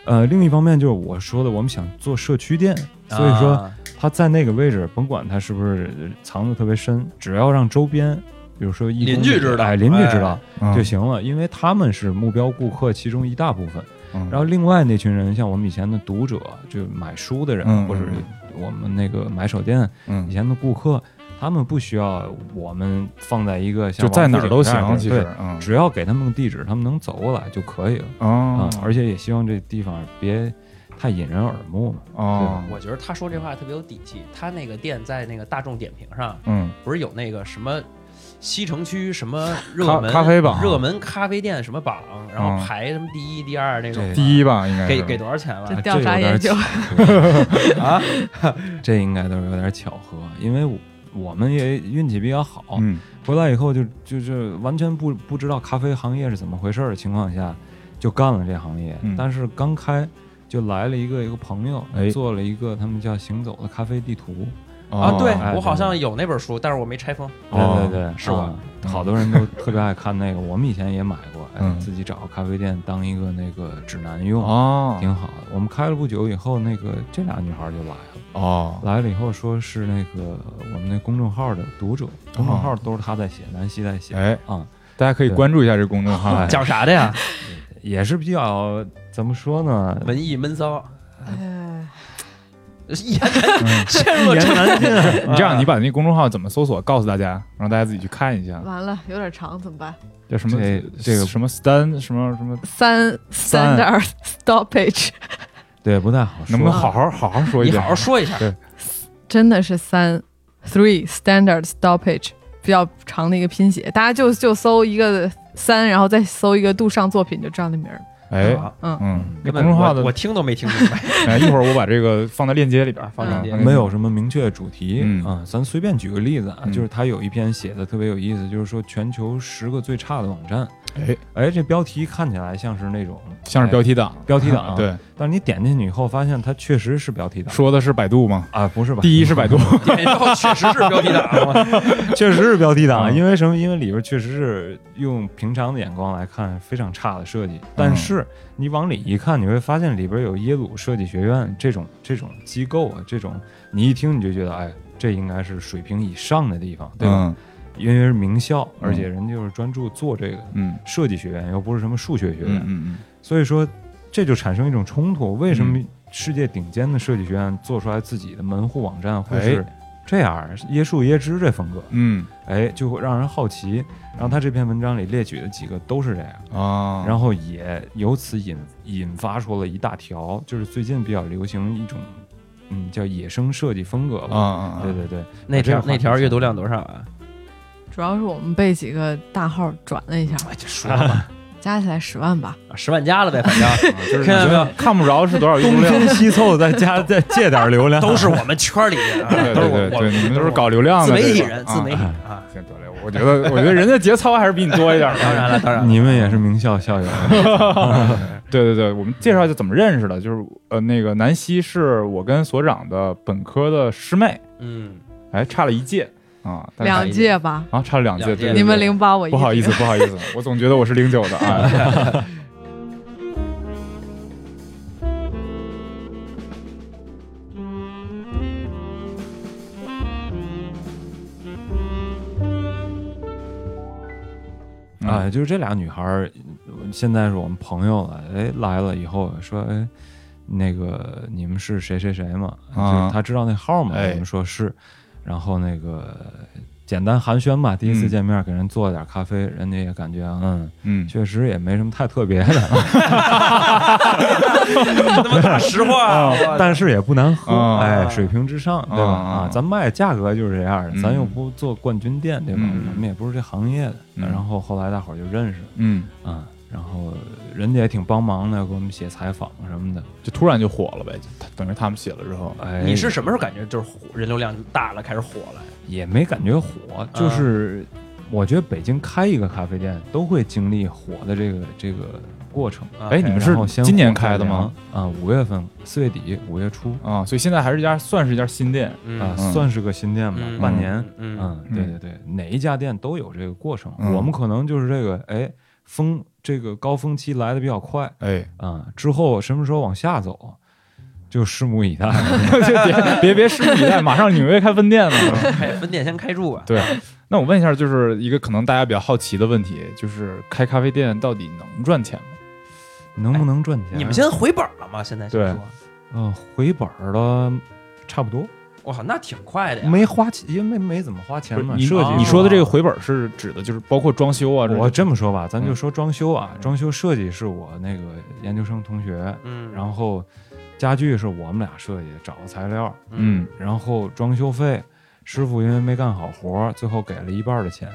[SPEAKER 4] 呃，另一方面就是我说的，我们想做社区店，所以说
[SPEAKER 3] 啊
[SPEAKER 4] 它在那个位置，甭管它是不是藏的特别深，只要让周边，比如说一公
[SPEAKER 3] 邻居
[SPEAKER 4] 里
[SPEAKER 3] 知道
[SPEAKER 4] 哎，邻居
[SPEAKER 3] 哎
[SPEAKER 4] 知道
[SPEAKER 2] 嗯
[SPEAKER 4] 就行了，因为他们是目标顾客其中一大部分。
[SPEAKER 2] 嗯
[SPEAKER 4] 然后另外那群人，像我们以前的读者，就买书的人，
[SPEAKER 2] 嗯
[SPEAKER 4] 或者是我们那个买手店以
[SPEAKER 2] 嗯，
[SPEAKER 4] 前的顾客，他们不需要我们放在一个像
[SPEAKER 2] 就在
[SPEAKER 4] 王府
[SPEAKER 2] 哪儿都
[SPEAKER 4] 井这样
[SPEAKER 2] 行，
[SPEAKER 4] 的
[SPEAKER 2] 其
[SPEAKER 4] 对
[SPEAKER 2] 实，嗯
[SPEAKER 4] 只要给他们个地址，他们能走过来就可以了啊、
[SPEAKER 2] 哦
[SPEAKER 4] 而且也希望这地方别太引人耳目嘛。
[SPEAKER 2] 哦，
[SPEAKER 3] 我觉得他说这话特别有底气。他那个店在那个大众点评上，
[SPEAKER 2] 嗯
[SPEAKER 3] 不是有那个什么西城区什么热
[SPEAKER 2] 咖
[SPEAKER 3] 门
[SPEAKER 2] 咖啡榜
[SPEAKER 3] 热门咖啡店什么榜，然后
[SPEAKER 2] 嗯
[SPEAKER 3] 排什么第一、第二那种
[SPEAKER 4] 这。
[SPEAKER 2] 第一吧，应该
[SPEAKER 3] 给
[SPEAKER 2] 是
[SPEAKER 3] 给多少钱了
[SPEAKER 5] 这
[SPEAKER 4] 啊
[SPEAKER 5] 调查研究，
[SPEAKER 4] 这有点儿
[SPEAKER 3] 啊？
[SPEAKER 4] 这应该都是有点巧合，因为我我们也运气比较好，
[SPEAKER 2] 嗯
[SPEAKER 4] 回来以后就就是完全不不知道咖啡行业是怎么回事儿的情况下，就干了这行业。
[SPEAKER 2] 嗯
[SPEAKER 4] 但是刚开就来了一个一个朋友，
[SPEAKER 2] 哎
[SPEAKER 4] 做了一个他们叫“行走的咖啡地图
[SPEAKER 3] 啊，对
[SPEAKER 4] 哎
[SPEAKER 3] 我好
[SPEAKER 4] 对
[SPEAKER 3] 像有那本书，但是我没拆封。”。
[SPEAKER 2] 哦
[SPEAKER 4] 对对对，
[SPEAKER 3] 是吧
[SPEAKER 4] 啊好多人都特别爱看那个，我们以前也买过，哎
[SPEAKER 2] 嗯
[SPEAKER 4] 自己找个咖啡店当一个那个指南用，
[SPEAKER 2] 哦
[SPEAKER 4] 挺好的。我们开了不久以后，那个这俩女孩就来了。
[SPEAKER 2] 哦
[SPEAKER 4] 来了以后说是那个我们那公众号的读者，公
[SPEAKER 2] 哦
[SPEAKER 4] 众号都是她在写，南希在写，
[SPEAKER 2] 哎
[SPEAKER 4] 啊，
[SPEAKER 2] 大家可以
[SPEAKER 4] 对
[SPEAKER 2] 关注一下这公众号啊
[SPEAKER 4] 哎，
[SPEAKER 3] 讲啥的呀？
[SPEAKER 2] *laughs*
[SPEAKER 4] 也是比较怎么说呢？
[SPEAKER 3] 文艺闷
[SPEAKER 2] *laughs*
[SPEAKER 3] 骚，
[SPEAKER 5] 哎
[SPEAKER 3] 一言难陷入了
[SPEAKER 4] 言
[SPEAKER 3] 沉
[SPEAKER 4] 难尽啊。
[SPEAKER 2] 你这样，你把那公众号怎么搜索告诉大家，让大家自己去看一下，
[SPEAKER 5] 完了有点长怎么办？
[SPEAKER 2] 叫什么
[SPEAKER 4] 这这个
[SPEAKER 2] 什么 stand 什么什么，
[SPEAKER 5] 三 standard stoppage *laughs*
[SPEAKER 4] 对，不太好说。
[SPEAKER 2] 能不能好好好好说一啊
[SPEAKER 3] 你
[SPEAKER 2] 遍？
[SPEAKER 3] 好好说一下
[SPEAKER 2] 对
[SPEAKER 5] 真的是三 three standard stoppage 比较长的一个拼写，大家就就搜一个三，然后再搜一个杜尚作品，就知道那名儿。
[SPEAKER 2] 哎，
[SPEAKER 3] 啊
[SPEAKER 2] 嗯，那
[SPEAKER 3] 根
[SPEAKER 2] 公
[SPEAKER 3] 本
[SPEAKER 2] 众号
[SPEAKER 3] 我
[SPEAKER 2] 的
[SPEAKER 3] 我，听都没听明白。
[SPEAKER 2] 哎，一会儿我把这个放在链接里边
[SPEAKER 3] 啊，放链接
[SPEAKER 2] 啊
[SPEAKER 4] 没有，什么明确主题
[SPEAKER 2] 嗯
[SPEAKER 4] 啊，咱随便举个例子啊，
[SPEAKER 2] 嗯
[SPEAKER 4] 就是他有一篇写的特别有意思，就是说全球十个最差的网站，
[SPEAKER 2] 哎，
[SPEAKER 4] 哎，这标题看起来像是那种
[SPEAKER 2] 像是标
[SPEAKER 4] 哎
[SPEAKER 2] 题党，
[SPEAKER 4] 标题党啊
[SPEAKER 2] 对，
[SPEAKER 4] 但是你点进去以后发现它确实是标题党
[SPEAKER 2] 说的是百度吗？
[SPEAKER 4] 啊，不是吧？
[SPEAKER 2] 第一是百度，
[SPEAKER 3] 点之后确实是标题
[SPEAKER 2] *laughs* 哎
[SPEAKER 3] 党，啊
[SPEAKER 4] 确实是标题党，
[SPEAKER 2] 嗯
[SPEAKER 4] 因为什么？因为里边确实是用平常的眼光来看非常差的设计，但
[SPEAKER 2] 嗯
[SPEAKER 4] 是你往里一看，你会发现里边有耶鲁设计学院这种这种机构啊，这种你一听你就觉得，哎，这应该是水平以上的地方，对吧？
[SPEAKER 2] 嗯
[SPEAKER 4] 因为是名校，
[SPEAKER 2] 嗯
[SPEAKER 4] 而且人就是专注做这个
[SPEAKER 2] 嗯
[SPEAKER 4] 设计学院，又不是什么数学学
[SPEAKER 2] 嗯
[SPEAKER 4] 院，
[SPEAKER 2] 嗯
[SPEAKER 4] 所以说这就产生一种冲突。为什么
[SPEAKER 2] 嗯
[SPEAKER 4] 世界顶尖的设计学院做出来自己的门户网站
[SPEAKER 2] 哎
[SPEAKER 4] 会是这样椰树椰汁这风格？
[SPEAKER 2] 嗯
[SPEAKER 4] 哎，就会让人好奇。然后他这篇文章里列举的几个都是这样，
[SPEAKER 2] 嗯啊，
[SPEAKER 4] 然后也由此引引发出了一大条，就是最近比较流行一种，嗯，叫野生设计风格
[SPEAKER 2] 啊
[SPEAKER 4] 吧。
[SPEAKER 2] 啊，
[SPEAKER 4] 对对对，
[SPEAKER 3] 那条
[SPEAKER 4] 这个话题
[SPEAKER 3] 那条阅读量多少啊？
[SPEAKER 5] 主要是我们被几个大号转了一下，
[SPEAKER 3] 哎，就说吧，
[SPEAKER 5] 加起来十万吧。
[SPEAKER 3] 啊十万加了呗，
[SPEAKER 2] *laughs*
[SPEAKER 3] 反正
[SPEAKER 2] 啊就是
[SPEAKER 3] 看见没有
[SPEAKER 2] 你觉得看不着是多少阅读
[SPEAKER 4] 东
[SPEAKER 2] 量
[SPEAKER 4] 拼。
[SPEAKER 2] *laughs*
[SPEAKER 4] 西凑，再加再借点流量，
[SPEAKER 3] 都是我们圈里的啊，
[SPEAKER 2] 对
[SPEAKER 3] 都是
[SPEAKER 2] 对
[SPEAKER 3] 我
[SPEAKER 2] 对，你们
[SPEAKER 3] 我
[SPEAKER 2] 都是搞流量
[SPEAKER 3] 自
[SPEAKER 2] 的
[SPEAKER 3] 媒体
[SPEAKER 2] 这个
[SPEAKER 3] 人，
[SPEAKER 2] 啊
[SPEAKER 3] 自媒体啊。
[SPEAKER 2] 行得嘞，我觉得我觉得人家节操还是比你多一点
[SPEAKER 3] 当
[SPEAKER 2] 的。
[SPEAKER 3] 然了，当然了，
[SPEAKER 4] 你们也是名校校友，啊
[SPEAKER 2] *laughs* 对对对，我们介绍一下怎么认识的，就是呃那个南希是我跟所长的本科的师妹，
[SPEAKER 3] 嗯，
[SPEAKER 2] 哎差了一届啊，但是
[SPEAKER 5] 两届吧，
[SPEAKER 2] 啊差了两届，
[SPEAKER 3] 两届
[SPEAKER 2] 对对对
[SPEAKER 5] 你们零八，我一
[SPEAKER 2] 不好意
[SPEAKER 5] 届
[SPEAKER 2] 思，不好意思，我总觉得我是零九的啊。
[SPEAKER 4] 啊，就是这俩女孩儿，嗯现在是我们朋友了。哎，来了以后说，哎，那个你们是谁谁谁嘛？
[SPEAKER 2] 啊
[SPEAKER 4] 就是他知道那号嘛？
[SPEAKER 2] 哎
[SPEAKER 4] 我们说是，然后那个简单寒暄吧，第一次
[SPEAKER 2] 嗯
[SPEAKER 4] 见面给人做了点咖啡，人家也感觉嗯，
[SPEAKER 2] 嗯，
[SPEAKER 4] 确实也没什么太特别的，
[SPEAKER 3] 那么大嗯实话，我
[SPEAKER 4] 但是也不难喝，
[SPEAKER 2] 啊
[SPEAKER 4] 哎，水平之上，对吧？
[SPEAKER 2] 啊啊
[SPEAKER 4] 啊，咱卖价格就是这样的，
[SPEAKER 2] 嗯
[SPEAKER 4] 咱又不做冠军店，对吧？
[SPEAKER 2] 嗯
[SPEAKER 4] 咱们也不是这行业的。
[SPEAKER 2] 嗯
[SPEAKER 4] 然后后来大伙儿就认识了。
[SPEAKER 2] 嗯，
[SPEAKER 4] 啊，然后人家也挺帮忙的，给我们写采访什么的。
[SPEAKER 2] 就突然就火了呗，就他等于他们写了之后，
[SPEAKER 4] 哎，
[SPEAKER 3] 你是什么时候感觉就是火人流量大了，开始火了？
[SPEAKER 4] 也没感觉
[SPEAKER 2] 嗯
[SPEAKER 4] 火，就是我觉得北京开一个咖啡店都会经历火的这个这个过程。
[SPEAKER 3] 啊
[SPEAKER 2] 哎你们是
[SPEAKER 4] 然后先
[SPEAKER 2] 今年
[SPEAKER 4] 火再
[SPEAKER 2] 开的吗
[SPEAKER 4] 凉？啊，五月份，四月底，五月初
[SPEAKER 2] 啊，所以现在还是一家算是一家新店，
[SPEAKER 4] 啊，
[SPEAKER 2] 嗯
[SPEAKER 4] 算是个新店吧，
[SPEAKER 3] 嗯
[SPEAKER 4] 半年。
[SPEAKER 3] 嗯嗯
[SPEAKER 4] 嗯，对对对，哪一家店都有这个过程。
[SPEAKER 2] 嗯
[SPEAKER 4] 我们可能就是这个，哎，峰这个高峰期来的比较快，
[SPEAKER 2] 哎，
[SPEAKER 4] 啊、之后什么时候往下走，就拭目以待。
[SPEAKER 2] 别别别拭目以待，马上纽约开分店了。
[SPEAKER 3] 开分店先开住吧。啊
[SPEAKER 2] 对，啊那我问一下，就是一个可能大家比较好奇的问题，就是开咖啡店到底能赚钱吗？
[SPEAKER 4] 能不能赚钱？
[SPEAKER 3] 哎你们现在回本了吗？现在先
[SPEAKER 2] 对
[SPEAKER 3] 说，
[SPEAKER 4] 嗯、回本儿了，差不多
[SPEAKER 3] 我靠，那挺快的呀。
[SPEAKER 4] 没花钱，因为没怎么花钱嘛。
[SPEAKER 2] 不是
[SPEAKER 4] 设计
[SPEAKER 2] 你
[SPEAKER 4] 是
[SPEAKER 2] 你说的
[SPEAKER 4] 吧
[SPEAKER 2] 这个，回本是指的就是包括装修啊，
[SPEAKER 4] 我这么说吧，咱就
[SPEAKER 2] 嗯
[SPEAKER 4] 说装修啊，装修设计是我那个研究生同学，
[SPEAKER 3] 嗯，
[SPEAKER 4] 然后家具是我们俩设计，找的材料，
[SPEAKER 2] 嗯，
[SPEAKER 4] 然后装修费。师傅因为没干好活儿，最后给了一半儿的钱，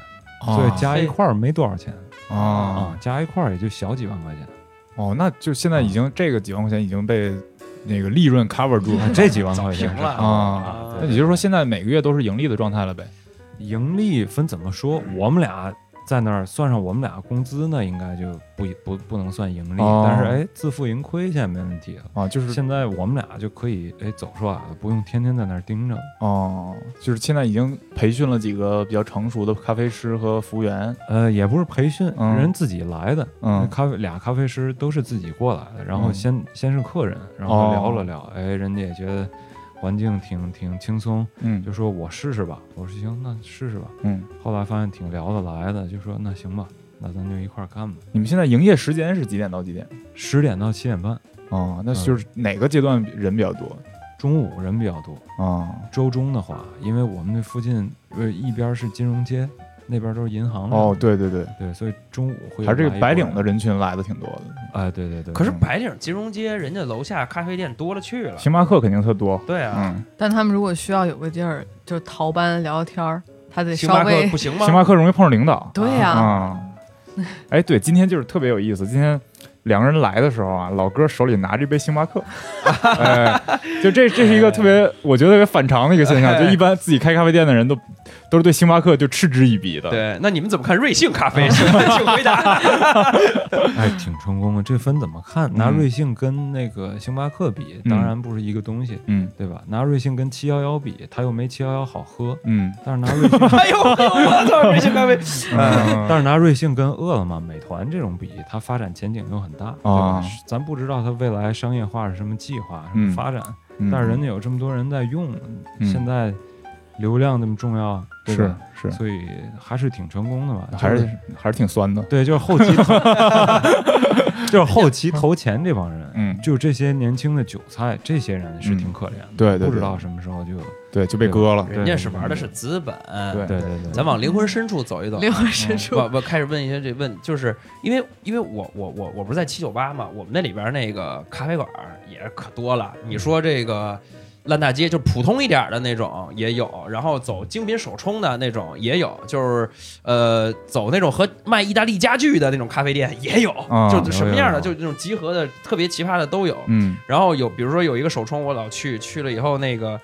[SPEAKER 2] 啊
[SPEAKER 4] 所以加一块儿没多少钱
[SPEAKER 2] 啊
[SPEAKER 4] 啊，加一块儿也就小几万块钱。
[SPEAKER 2] 哦，那就现在已经这个几万块钱已经被那个利润 cover 住了，
[SPEAKER 4] 啊这几万块 *laughs*
[SPEAKER 3] 平
[SPEAKER 4] 钱
[SPEAKER 3] 了
[SPEAKER 2] 啊
[SPEAKER 3] 对
[SPEAKER 2] 那也就是说现在每个月都是盈利的状态了呗？
[SPEAKER 4] 盈利分怎么说？我们俩在那儿算上我们俩工资呢，应该就不不不能算盈利，
[SPEAKER 2] 哦
[SPEAKER 4] 但是哎，自负盈亏现在没问题了。
[SPEAKER 2] 啊，就是
[SPEAKER 4] 现在我们俩就可以哎走出来了，不用天天在那儿盯着。
[SPEAKER 2] 哦，就是现在已经培训了几个比较成熟的咖啡师和服务员，
[SPEAKER 4] 呃，也不是培训，
[SPEAKER 2] 嗯
[SPEAKER 4] 人自己来的。那
[SPEAKER 2] 嗯
[SPEAKER 4] 咖啡俩咖啡师都是自己过来的，然后
[SPEAKER 2] 嗯
[SPEAKER 4] 先、先是客人，然
[SPEAKER 2] 哦
[SPEAKER 4] 后聊了聊，哎，人家也觉得环境挺挺轻松，
[SPEAKER 2] 嗯
[SPEAKER 4] 就说我试试吧。我说行，那试试吧。
[SPEAKER 2] 嗯，
[SPEAKER 4] 后来发现挺聊得来的，就说那行吧，那咱就一块儿干吧。
[SPEAKER 2] 你们现在营业时间是几点到几
[SPEAKER 4] 啊
[SPEAKER 2] 点？
[SPEAKER 4] 十点到七点半，
[SPEAKER 2] 哦，那就是
[SPEAKER 4] 啊
[SPEAKER 2] 哪个阶段人比较多
[SPEAKER 4] 中午人比较多。
[SPEAKER 2] 啊？
[SPEAKER 4] 周中的话，因为我们那附近呃一边是金融街，那边都是银行
[SPEAKER 2] 哦，对对对，
[SPEAKER 4] 对，所以中午嗯会有
[SPEAKER 2] 还是这
[SPEAKER 4] 来
[SPEAKER 2] 个
[SPEAKER 4] 一
[SPEAKER 2] 白
[SPEAKER 4] 波
[SPEAKER 2] 领的人群来的挺多的，
[SPEAKER 4] 哎，对对对。
[SPEAKER 3] 可是白领金融街人家楼下咖啡店多了去了。
[SPEAKER 2] 星巴克肯定特多。
[SPEAKER 3] 对啊，
[SPEAKER 2] 嗯，
[SPEAKER 5] 但他们如果需要有个地儿，就是逃班聊聊天儿，他还得
[SPEAKER 3] 星
[SPEAKER 5] 稍
[SPEAKER 3] 巴克
[SPEAKER 5] 微
[SPEAKER 3] 不行吗？
[SPEAKER 2] 星巴克容易碰上领导
[SPEAKER 5] 对呀、
[SPEAKER 2] 啊。哎，对，今天就是特别有意思。今天两个人来的时候啊，老哥手里拿着一杯星巴克，哎，就这这是一个特别，我觉得特别反常的一个现象。就一般自己开咖啡店的人都都是对星巴克就嗤之以鼻的。
[SPEAKER 3] 对，那你们怎么看瑞幸咖啡？请请回答。
[SPEAKER 4] 哎，挺成功的。这分怎么看？拿
[SPEAKER 2] 嗯
[SPEAKER 4] 瑞幸跟那个星巴克比，
[SPEAKER 2] 嗯
[SPEAKER 4] 当然不是一个东西，
[SPEAKER 2] 嗯
[SPEAKER 4] 对吧？拿瑞幸跟七幺幺比，它又没七幺幺好喝。
[SPEAKER 2] 嗯
[SPEAKER 4] 但是拿
[SPEAKER 2] *laughs*
[SPEAKER 4] 瑞幸，
[SPEAKER 3] 哎呦，我操，瑞幸咖啡，
[SPEAKER 2] 嗯，
[SPEAKER 4] 但是拿瑞幸跟饿了么、美团这种比，它发展前景又很大，对吧
[SPEAKER 2] 啊？
[SPEAKER 4] 咱不知道它未来商业化是什么计划、什
[SPEAKER 2] 嗯
[SPEAKER 4] 么发展，但是人家有这么多人在用，
[SPEAKER 2] 嗯
[SPEAKER 4] 现在流量这么重要，对
[SPEAKER 2] 是
[SPEAKER 4] 吧？
[SPEAKER 2] 是
[SPEAKER 4] 所以还是挺成功的吧？
[SPEAKER 2] 还
[SPEAKER 4] 就是
[SPEAKER 2] 还是挺酸的。
[SPEAKER 4] 对，就是后期投，
[SPEAKER 2] *laughs*
[SPEAKER 4] 就是后期投钱这帮人，
[SPEAKER 2] 嗯，
[SPEAKER 4] 就这些年轻的韭菜，这些人是挺可怜的，
[SPEAKER 2] 对对对
[SPEAKER 4] 不知道什么时候就，
[SPEAKER 2] 对，就被割了。
[SPEAKER 3] 人家是玩的是资本。
[SPEAKER 2] 对
[SPEAKER 4] 对对对，
[SPEAKER 3] 咱往灵魂深处走一走。
[SPEAKER 5] 灵魂
[SPEAKER 2] *laughs*
[SPEAKER 5] 深处
[SPEAKER 3] 我我开始问一些这问，就是因为因为我我我我不是在七九八嘛，我们那里边那个咖啡馆儿也可多了。
[SPEAKER 2] 嗯
[SPEAKER 3] 你说这个烂大街，就普通一点儿的那种也有，然后走精品手冲的那种也有，就是呃走那种和卖意大利家具的那种咖啡店也有，
[SPEAKER 2] 啊
[SPEAKER 3] 就什么样的
[SPEAKER 4] 有有有
[SPEAKER 3] 就那种集合的特别奇葩的都有。
[SPEAKER 2] 嗯
[SPEAKER 3] 然后有比如说有一个手冲，我老去去了以后那个。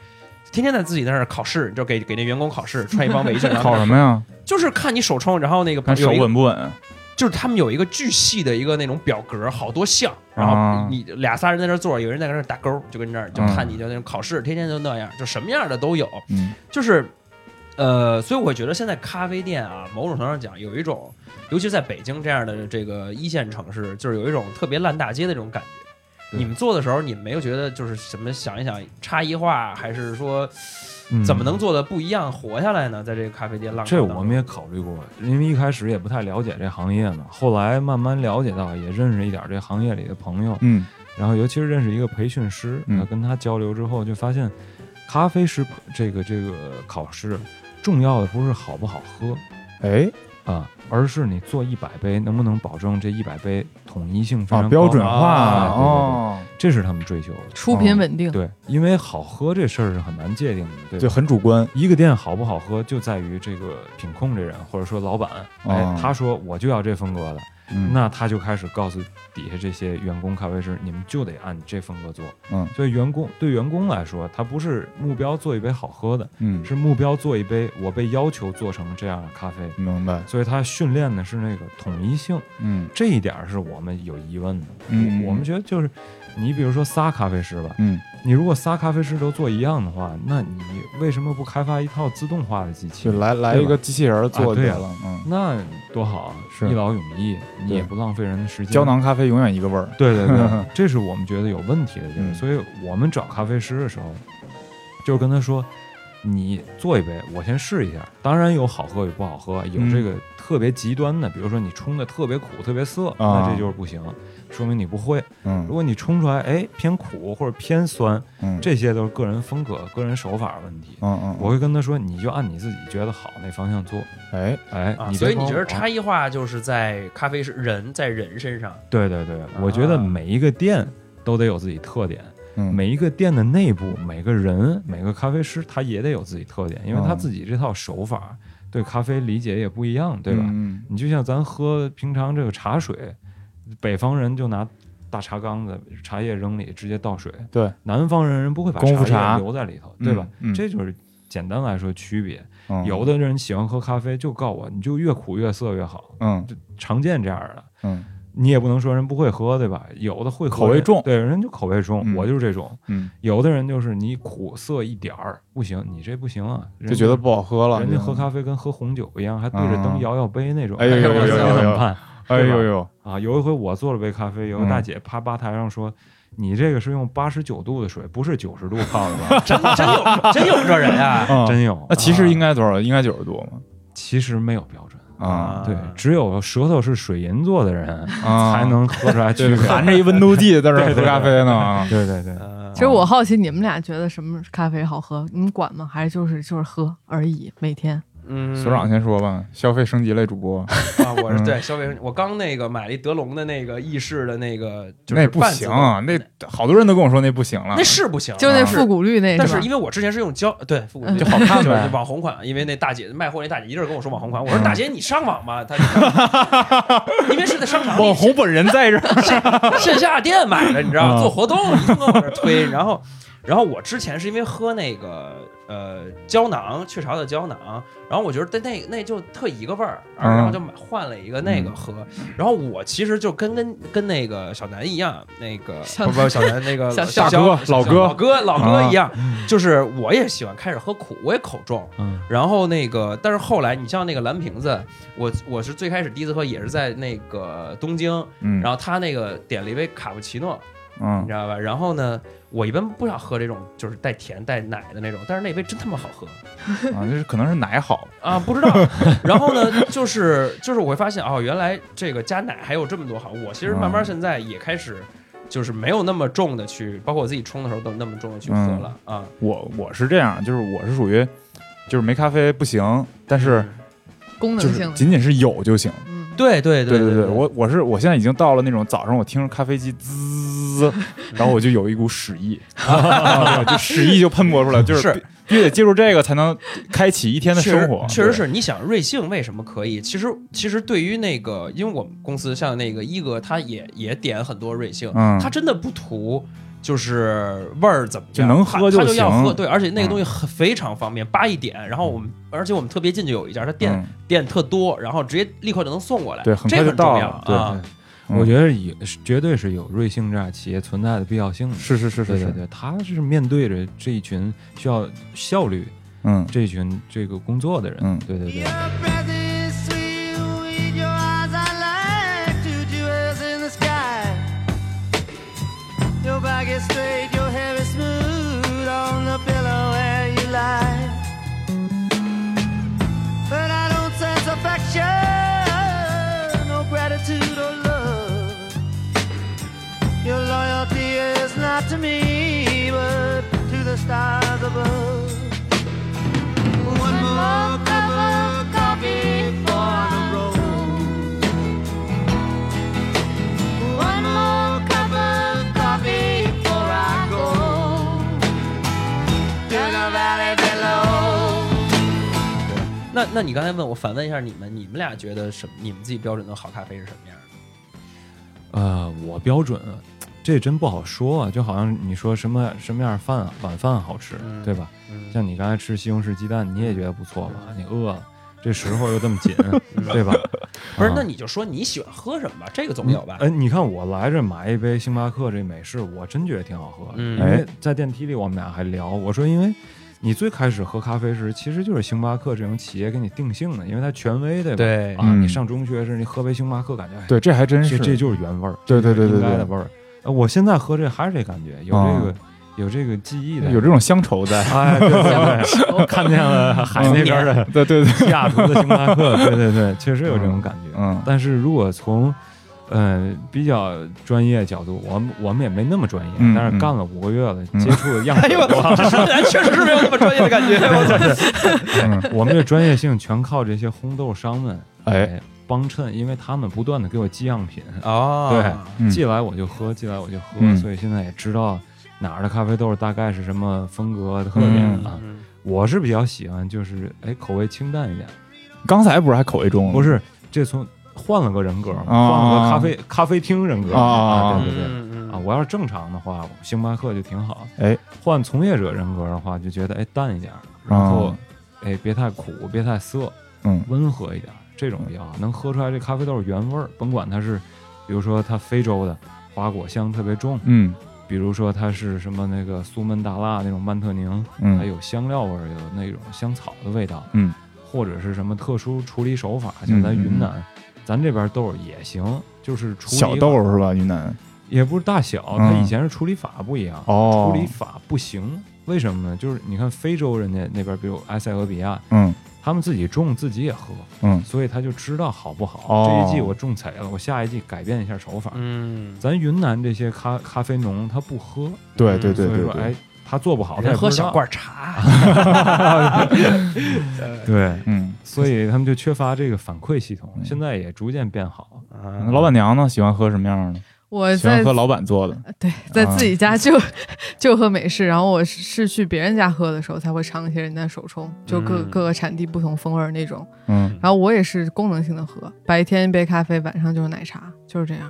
[SPEAKER 3] 天天在自己那儿考试，就给给那员工考试，穿一帮围裙，
[SPEAKER 2] *laughs*
[SPEAKER 3] 然后
[SPEAKER 2] 烤什么呀？
[SPEAKER 3] 就是看你手冲，然后那个
[SPEAKER 2] 看手
[SPEAKER 3] 有一个
[SPEAKER 2] 稳不稳？
[SPEAKER 3] 就是他们有一个巨细的一个那种表格，好多项，然
[SPEAKER 2] 啊
[SPEAKER 3] 后你俩仨人在那儿坐，有人在那儿打勾，就跟那儿就
[SPEAKER 2] 嗯
[SPEAKER 3] 看你的那种考试，天天就那样，就什么样的都有，
[SPEAKER 2] 嗯
[SPEAKER 3] 就是。呃，所以我觉得现在咖啡店啊，某种程度上讲，有一种，尤其在北京这样的这个一线城市，就是有一种特别烂大街的这种感觉。
[SPEAKER 4] 对
[SPEAKER 3] 你们做的时候，你们没有觉得就是什么想一想差异化，还是说
[SPEAKER 4] 嗯
[SPEAKER 3] 怎么能？做的不一样活下来呢？在这个咖啡店浪潮
[SPEAKER 4] 这
[SPEAKER 3] 当中，
[SPEAKER 4] 我们也考虑过，因为一开始也不太了解这行业嘛，后来慢慢了解到，也认识一点这行业里的朋友，
[SPEAKER 2] 嗯
[SPEAKER 4] 然后尤其是认识一个培训师，
[SPEAKER 2] 嗯
[SPEAKER 4] 呃跟他交流之后，就发现咖啡师这个这个考试重要的不是好不好喝，
[SPEAKER 2] 哎
[SPEAKER 4] 啊，而是你做一百杯能不能保证这一百杯统一性非
[SPEAKER 2] 啊，
[SPEAKER 4] 常
[SPEAKER 2] 标
[SPEAKER 4] 高
[SPEAKER 2] 准化
[SPEAKER 3] 啊
[SPEAKER 4] 对对对
[SPEAKER 2] 哦，
[SPEAKER 4] 这是他们追求的。
[SPEAKER 5] 出品稳定，
[SPEAKER 4] 哦对，因为好喝这事儿是很难界定的，对
[SPEAKER 2] 就
[SPEAKER 4] 吧？
[SPEAKER 2] 很主观。
[SPEAKER 4] 一个店好不好喝，就在于这个品控这人，或者说老板，
[SPEAKER 2] 哦
[SPEAKER 4] 哎，他说我就要这风格的，
[SPEAKER 2] 嗯
[SPEAKER 4] 那他就开始告诉底下这些员工咖啡师，你们就得按这风格做。
[SPEAKER 2] 嗯
[SPEAKER 4] 所以员工对员工来说，他不是目标做一杯好喝的，
[SPEAKER 2] 嗯，
[SPEAKER 4] 是目标做一杯我被要求做成这样的咖啡。
[SPEAKER 2] 明白。
[SPEAKER 4] 所以他训练的是那个统一性，
[SPEAKER 2] 嗯
[SPEAKER 4] 这一点儿是我们有疑问的。
[SPEAKER 2] 嗯
[SPEAKER 4] 我我们觉得就是，你比如说仨咖啡师吧，
[SPEAKER 2] 嗯，
[SPEAKER 4] 你如果仨咖啡师都做一样的话，那你为什么不开发一套自动化的机器
[SPEAKER 2] 就？来来一个机器人儿做就
[SPEAKER 4] 对吧
[SPEAKER 2] 得了。嗯，
[SPEAKER 4] 那多好啊，
[SPEAKER 2] 是
[SPEAKER 4] 一劳永逸，你
[SPEAKER 2] 对
[SPEAKER 4] 也不浪费人的时间。
[SPEAKER 2] 胶。囊咖啡永远一个味儿。
[SPEAKER 4] 对
[SPEAKER 2] *laughs*
[SPEAKER 4] 对对，这是我们觉得有问题的地
[SPEAKER 2] 嗯
[SPEAKER 4] 方。所以我们找咖啡师的时候，就是跟他说。你做一杯，我先试一下。当然有好喝有不好喝，有
[SPEAKER 2] 嗯
[SPEAKER 4] 这个特别极端的，比如说你冲的特别苦、特别涩，
[SPEAKER 2] 啊
[SPEAKER 4] 那这就是不行，说明你不会。如
[SPEAKER 2] 嗯
[SPEAKER 4] 果你冲出来，哎，偏苦或者偏酸，
[SPEAKER 2] 嗯，
[SPEAKER 4] 这些都是个人风格、个人手法问题。
[SPEAKER 2] 嗯嗯，
[SPEAKER 4] 我会跟他说，你就按你自己觉得好那方向做。
[SPEAKER 2] 哎
[SPEAKER 4] 哎，
[SPEAKER 3] 啊，
[SPEAKER 4] 你
[SPEAKER 3] 所以
[SPEAKER 4] 别
[SPEAKER 3] 你
[SPEAKER 4] 管
[SPEAKER 3] 觉得
[SPEAKER 4] 我
[SPEAKER 3] 差异化就是在咖啡是人在人身上，
[SPEAKER 4] 对对对，我觉
[SPEAKER 3] 啊
[SPEAKER 4] 得每一个店都得有自己特点，
[SPEAKER 2] 嗯
[SPEAKER 4] 每一个店的内部、每个人、每个咖啡师，他也得有自己特点，因为他
[SPEAKER 2] 嗯
[SPEAKER 4] 自己这套手法对咖啡理解也不一样，对吧？
[SPEAKER 2] 嗯
[SPEAKER 4] 你就像咱喝平常这个茶水，北方人就拿大茶缸子茶叶扔里直接倒水，
[SPEAKER 2] 对，
[SPEAKER 4] 南方人人不会把
[SPEAKER 2] 功夫
[SPEAKER 4] 茶
[SPEAKER 2] 茶
[SPEAKER 4] 叶留在里头，对吧？
[SPEAKER 2] 嗯嗯
[SPEAKER 4] 这就是简单来说区别。
[SPEAKER 2] 嗯
[SPEAKER 4] 有的人喜欢喝咖啡，就告我你就越苦越涩越好，
[SPEAKER 2] 嗯
[SPEAKER 4] 就常见这样的。
[SPEAKER 2] 嗯
[SPEAKER 4] 你也不能说人不会喝，对吧？有的会喝
[SPEAKER 2] 口味重
[SPEAKER 4] 对，人就口味重，
[SPEAKER 2] 嗯
[SPEAKER 4] 我就是这种。
[SPEAKER 2] 嗯，
[SPEAKER 4] 有的人就是你苦涩一点儿不行，你这不行啊，人
[SPEAKER 2] 就觉得不好喝了。
[SPEAKER 4] 人家
[SPEAKER 2] 就
[SPEAKER 4] 喝咖啡跟喝红酒一样，还对着灯
[SPEAKER 2] 嗯
[SPEAKER 4] 摇摇杯那种，
[SPEAKER 2] 哎呦
[SPEAKER 3] 呦呦
[SPEAKER 4] 我
[SPEAKER 3] 呦
[SPEAKER 4] 怎
[SPEAKER 2] 呦
[SPEAKER 4] 么办？
[SPEAKER 2] 哎呦呦，
[SPEAKER 4] 啊，有一回我做了杯咖啡，有个
[SPEAKER 2] 嗯
[SPEAKER 4] 大姐趴吧台上说：“你这个是用八十九度的水，不是九十度泡的
[SPEAKER 2] *laughs*
[SPEAKER 4] 吧
[SPEAKER 3] 真真有真有这人啊？
[SPEAKER 2] 嗯？”
[SPEAKER 4] 真有
[SPEAKER 2] 那，其实应该多少？应该九十多嘛。
[SPEAKER 4] 其实没有标准，
[SPEAKER 2] 啊
[SPEAKER 4] 对，只有舌头是水银做
[SPEAKER 2] *laughs*
[SPEAKER 4] 的人
[SPEAKER 2] 啊，
[SPEAKER 4] 才能喝出
[SPEAKER 2] *laughs*
[SPEAKER 4] 来区
[SPEAKER 2] 对
[SPEAKER 4] 别。
[SPEAKER 2] 含着一温度计在这儿喝咖啡呢啊。
[SPEAKER 4] 对对对，
[SPEAKER 3] 呃
[SPEAKER 5] 其实我好奇你们俩觉得什么咖啡好喝？你们管吗？还是就是就是喝而已？每天
[SPEAKER 3] 嗯，
[SPEAKER 2] 所长先说吧，消费升级类主播，
[SPEAKER 3] 啊，我是
[SPEAKER 2] 嗯
[SPEAKER 3] 对消费升级，我刚那个买了一德龙的那个意式的那个， *laughs* 就是
[SPEAKER 2] 那不
[SPEAKER 3] 半自
[SPEAKER 2] 行
[SPEAKER 3] 动，
[SPEAKER 2] 啊，那好多人都跟我说那不行了
[SPEAKER 3] 那，是不行，
[SPEAKER 5] 就那
[SPEAKER 2] 啊
[SPEAKER 5] 复古绿那
[SPEAKER 3] 但
[SPEAKER 5] 是
[SPEAKER 3] 是
[SPEAKER 5] 吧
[SPEAKER 3] 因为我之前是用胶，对复古
[SPEAKER 5] 嗯
[SPEAKER 2] 就好看呗
[SPEAKER 3] 就是网红款。因为那大姐卖货那大姐一直跟我说网红款，我说
[SPEAKER 2] 嗯
[SPEAKER 3] 大姐你上网吧，她就
[SPEAKER 2] *laughs*
[SPEAKER 3] 因为是在商场
[SPEAKER 2] 网
[SPEAKER 3] 里
[SPEAKER 2] 红本人在
[SPEAKER 3] *laughs*
[SPEAKER 2] 这儿，
[SPEAKER 3] 线下店买的，你知道吗？
[SPEAKER 2] 嗯
[SPEAKER 3] 做活动你就跟我这儿推，然后。然后我之前是因为喝那个呃胶囊雀巢的胶囊，然后我觉得那那那就特一个味儿，
[SPEAKER 2] 嗯
[SPEAKER 3] 然后就买换了一个那个喝。然后我其实就跟跟跟那个小南一样，那个
[SPEAKER 5] 小
[SPEAKER 4] *laughs*
[SPEAKER 3] 不不小南那个 *laughs*
[SPEAKER 5] 小
[SPEAKER 3] 小
[SPEAKER 2] 大哥
[SPEAKER 3] 小
[SPEAKER 2] 老哥啊嗯
[SPEAKER 3] 老哥老哥一样，就是我也喜欢开始喝苦，我也口重，
[SPEAKER 4] 嗯，
[SPEAKER 3] 然后那个，但是后来你像那个蓝瓶子，我我是最开始第一次喝也是在那个东京，
[SPEAKER 2] 嗯
[SPEAKER 3] 然后他那个点了一杯卡布奇诺，你
[SPEAKER 2] 嗯
[SPEAKER 3] 知道吧？然后呢，我一般不想喝这种就是带甜带奶的那种，但是那杯真他妈好喝
[SPEAKER 2] 啊，就是可能是奶好，
[SPEAKER 3] 啊！不知
[SPEAKER 2] *laughs*
[SPEAKER 3] 道。然后呢，就是就是我会发现哦，原来这个加奶还有这么多好。我其实慢慢
[SPEAKER 2] 嗯
[SPEAKER 3] 现在也开始。就是没有那么重的去，包括我自己冲的时候都那么重的去喝了、
[SPEAKER 2] 嗯
[SPEAKER 3] 啊。
[SPEAKER 2] 我我是这样，就是我是属于，就是没咖啡不行，但是
[SPEAKER 3] 嗯
[SPEAKER 5] 功
[SPEAKER 2] 就
[SPEAKER 5] 能
[SPEAKER 2] 是
[SPEAKER 5] 性的，
[SPEAKER 2] 仅仅是有就行。
[SPEAKER 5] 嗯，
[SPEAKER 3] 对对
[SPEAKER 2] 对
[SPEAKER 3] 对
[SPEAKER 2] 对，我我是我现在已经到了那种早上我听着咖啡机滋，
[SPEAKER 3] *laughs*
[SPEAKER 2] 然后我就有一股屎意，啊就屎意就喷薄出来，就是必必须得借助这个才能开启一天的生活。
[SPEAKER 3] 确实确实是你想瑞幸为什么可以？其实其实对于那个，因为我们公司像那个一哥，他也也点很多瑞幸，
[SPEAKER 2] 嗯
[SPEAKER 3] 他真的不图。就是味儿怎么样，
[SPEAKER 2] 就能
[SPEAKER 3] 他
[SPEAKER 2] 喝就
[SPEAKER 3] 他就要
[SPEAKER 2] 行嗯
[SPEAKER 3] 喝，对，而且那个东西很非常方便，叭一点，然后我们，而且我们特别近就有一家，他
[SPEAKER 2] 对
[SPEAKER 3] 店、店特多，然后直接立刻就能送过来，
[SPEAKER 2] 嗯对很
[SPEAKER 3] 这
[SPEAKER 2] 快就
[SPEAKER 3] 很重
[SPEAKER 2] 到
[SPEAKER 3] 要
[SPEAKER 2] 了
[SPEAKER 4] 对
[SPEAKER 3] 啊，，
[SPEAKER 2] 嗯
[SPEAKER 4] 我觉得也是绝对是有瑞幸这样企业存在的必要性的。
[SPEAKER 2] 是是是是
[SPEAKER 4] 对对
[SPEAKER 2] 是，
[SPEAKER 4] 对，他是面对着这一群需要效率、
[SPEAKER 2] 嗯
[SPEAKER 4] 这一群这个工作的人。
[SPEAKER 2] 嗯
[SPEAKER 4] 对对对。
[SPEAKER 6] Your back is straight, your hair is smooth on the pillow where you lie. But I don't sense affection, no gratitude or love. Your loyalty is not to me, but to the stars above. One more cup of coffee for the road. One more cup of coffee before I go to the valley below.
[SPEAKER 3] 那那你刚才问我反问一下你们，你们俩觉得什么？你们自己标准的好咖啡是什么样的？
[SPEAKER 4] 呃，我标准啊，这真不好说啊，就好像你说什么什么样的饭啊，晚饭好吃，
[SPEAKER 3] 嗯
[SPEAKER 4] 对吧？
[SPEAKER 3] 嗯，
[SPEAKER 4] 像你刚才吃西红柿鸡蛋，你也觉得不错吧？你饿了，这时候又这么
[SPEAKER 3] *laughs*
[SPEAKER 4] 紧，对吧？
[SPEAKER 3] 不是
[SPEAKER 4] 啊，
[SPEAKER 3] 那你就说你喜欢喝什么吧，这个总有吧？
[SPEAKER 4] 哎，你看我来这买一杯星巴克这美式，我真觉得挺好喝的。
[SPEAKER 3] 嗯
[SPEAKER 4] 因
[SPEAKER 2] 哎
[SPEAKER 4] 为在电梯里我们俩还聊，我说因为你最开始喝咖啡时，其实就是星巴克这种企业给你定性的，因为它权威，
[SPEAKER 3] *laughs*
[SPEAKER 4] 对吧？
[SPEAKER 3] 对
[SPEAKER 4] 啊，你
[SPEAKER 2] 嗯
[SPEAKER 4] 上中学时你喝杯星巴克，感觉哎
[SPEAKER 2] 对，这还真
[SPEAKER 4] 这
[SPEAKER 2] 是
[SPEAKER 4] 这就是原味儿，
[SPEAKER 2] 对对对
[SPEAKER 4] 应
[SPEAKER 2] 对
[SPEAKER 4] 该的
[SPEAKER 2] 对，
[SPEAKER 4] 味儿。呃我现在喝这还是这感觉，有
[SPEAKER 2] 啊
[SPEAKER 4] 这个有这个记忆的，
[SPEAKER 2] 有这种乡愁
[SPEAKER 4] *laughs*
[SPEAKER 2] 在。嗯
[SPEAKER 4] 哎，对对对，我 *laughs* 看见了海那边 *laughs* 的
[SPEAKER 2] *laughs* 对对对，
[SPEAKER 4] 西雅图的星巴克，对对对，确实有这种感觉。
[SPEAKER 2] 嗯
[SPEAKER 4] 但是如果从呃比较专业角度，我们我们也没那么专业，
[SPEAKER 2] 嗯
[SPEAKER 4] 但是
[SPEAKER 2] 嗯
[SPEAKER 4] 干了五个月了，
[SPEAKER 2] 嗯
[SPEAKER 4] 接触的
[SPEAKER 3] 哎
[SPEAKER 4] 样子也多了，
[SPEAKER 3] 这说起来确实是没有那么专业的感觉。我操
[SPEAKER 2] 嗯，
[SPEAKER 4] 我们这专业性全靠这些烘豆商们
[SPEAKER 2] 哎，
[SPEAKER 4] 帮衬，因为他们不断的给我寄样品，
[SPEAKER 3] 哦，
[SPEAKER 2] 嗯
[SPEAKER 4] 寄来我就喝，寄来我就喝，
[SPEAKER 2] 嗯
[SPEAKER 4] 所以现在也知道哪儿的咖啡豆大概是什么风格特
[SPEAKER 2] 对
[SPEAKER 4] 点
[SPEAKER 2] 嗯
[SPEAKER 4] 啊。我是比较喜欢，就是哎口味清淡一点，
[SPEAKER 2] 刚才不是还口味重吗？
[SPEAKER 4] 不是这从换了个人格嘛，
[SPEAKER 2] 啊
[SPEAKER 4] 换了个咖啡咖啡厅人格
[SPEAKER 2] 啊啊啊
[SPEAKER 4] 对对对。
[SPEAKER 3] 嗯
[SPEAKER 4] 啊，我要是正常的话，星巴克就挺好。
[SPEAKER 2] 哎，
[SPEAKER 4] 换从业者人格的话，就觉得哎淡一点儿，然后、哎别太苦，别太涩，
[SPEAKER 2] 嗯
[SPEAKER 4] 温和一点儿，这种比较好，能喝出来这咖啡豆原味儿。甭管它是，比如说它非洲的花果香特别重，
[SPEAKER 2] 嗯
[SPEAKER 4] 比如说它是什么那个苏门答腊那种曼特宁，
[SPEAKER 2] 嗯，
[SPEAKER 4] 还有香料味儿，有那种香草的味道，
[SPEAKER 2] 嗯，
[SPEAKER 4] 或者是什么特殊处理手法，像咱云南，咱这边豆儿也行，就是处
[SPEAKER 2] 嗯
[SPEAKER 4] 理
[SPEAKER 2] 小豆儿是吧？云南
[SPEAKER 4] 也不是大小，它
[SPEAKER 2] 嗯
[SPEAKER 4] 以前是处理法不一样，
[SPEAKER 2] 哦
[SPEAKER 4] 处理法不行，为什么呢？就是你看非洲人家那边，比如埃塞俄比亚，
[SPEAKER 2] 嗯
[SPEAKER 4] 他们自己种自己也喝，
[SPEAKER 2] 嗯
[SPEAKER 4] 所以他就知道好不好。
[SPEAKER 2] 哦
[SPEAKER 4] 这一季我种采了，我下一季改变一下手法。
[SPEAKER 3] 嗯
[SPEAKER 4] 咱云南这些咖咖啡农他不喝，
[SPEAKER 2] 对对对
[SPEAKER 4] 嗯所以
[SPEAKER 2] 对
[SPEAKER 4] 说
[SPEAKER 2] 对，
[SPEAKER 4] 哎，他做不好，他也
[SPEAKER 3] 人
[SPEAKER 4] 不
[SPEAKER 3] 喝
[SPEAKER 4] 知
[SPEAKER 3] 小
[SPEAKER 4] 道。
[SPEAKER 3] 罐茶，
[SPEAKER 4] 哎对，
[SPEAKER 2] 嗯，
[SPEAKER 4] 所以他们就缺乏这个反馈系统，现在也逐渐变好。
[SPEAKER 2] 那老板娘呢喜欢喝什么样的？
[SPEAKER 5] 我
[SPEAKER 2] 喜欢
[SPEAKER 5] 呃在呃
[SPEAKER 2] 喝老板做的。
[SPEAKER 5] 对在自己家就、 *laughs* 就喝美式，然后我是是去别人家喝的时候才会尝一些人家手冲，就各、
[SPEAKER 3] 嗯
[SPEAKER 5] 各个产地不同风味儿那种。
[SPEAKER 2] 嗯，
[SPEAKER 5] 然后我也是功能性的喝，白天一杯咖啡，晚上就是奶茶，就是
[SPEAKER 2] *laughs*
[SPEAKER 5] 这样。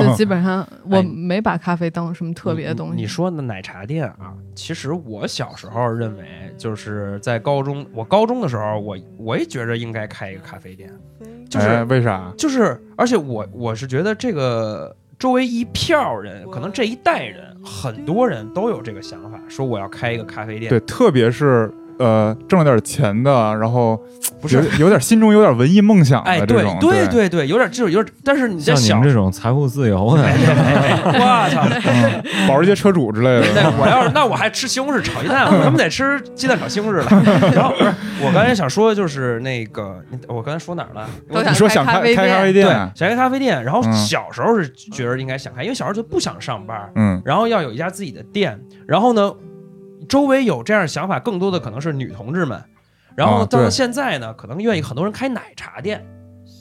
[SPEAKER 5] 就基本上我
[SPEAKER 3] 哎
[SPEAKER 5] 没把咖啡当什么特别的东西。
[SPEAKER 3] 你你说的奶茶店啊，其实我小时候认为，就是在高中，我高中的时候，我我也觉着应该开一个咖啡店，就是、
[SPEAKER 2] 哎为啥？
[SPEAKER 3] 就是，而且我我是觉得这个周围一票人，可能这一代人，很多人都有这个想法，说我要开一个咖啡店。
[SPEAKER 2] 对，，特别是呃挣了点钱的，然后
[SPEAKER 3] 不是
[SPEAKER 2] 有有点心中有点文艺梦想
[SPEAKER 3] 哎，
[SPEAKER 2] 的
[SPEAKER 3] 对
[SPEAKER 2] 这种，
[SPEAKER 3] 对对
[SPEAKER 2] 对
[SPEAKER 3] 对，有点就是有点，但是你在
[SPEAKER 4] 像你
[SPEAKER 3] 小
[SPEAKER 4] 们，这种财务自由的，
[SPEAKER 3] 我操！
[SPEAKER 4] *laughs*
[SPEAKER 2] 嗯保时捷车主之类的，
[SPEAKER 3] 那我要是那我还吃西红柿炒鸡蛋，我他妈得吃鸡蛋炒西红柿了。然后不是，我刚才想说的就是那个，我刚才说哪儿了？
[SPEAKER 5] 都
[SPEAKER 2] 你说想
[SPEAKER 5] 开
[SPEAKER 2] 开
[SPEAKER 5] 咖啡
[SPEAKER 2] 开咖啡
[SPEAKER 5] 店，
[SPEAKER 3] 对，
[SPEAKER 2] 店，
[SPEAKER 3] 想开咖啡店。然后
[SPEAKER 2] 啊嗯
[SPEAKER 3] 小时候是觉得应该想开，因为小时候就不想上班，
[SPEAKER 2] 嗯
[SPEAKER 3] 然后要有一家自己的店。然后呢，周围有这样想法，更多的可能是女同志们。然后
[SPEAKER 2] 啊
[SPEAKER 3] 到
[SPEAKER 2] 对
[SPEAKER 3] 现在呢，可能愿意很多人开奶茶店，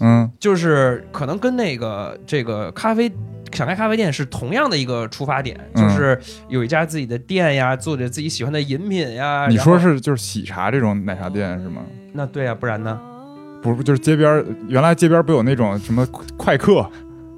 [SPEAKER 2] 嗯
[SPEAKER 3] 就是可能跟那个这个咖啡想开咖啡店是同样的一个出发点，
[SPEAKER 2] 嗯
[SPEAKER 3] 就是有一家自己的店呀，做着自己喜欢的饮品呀。
[SPEAKER 2] 你
[SPEAKER 3] 然后
[SPEAKER 2] 说是就是喜茶这种奶茶店是吗？
[SPEAKER 3] 那对呀，不然呢？
[SPEAKER 2] 不是，就是街边儿原来街边儿不有那种什么快客，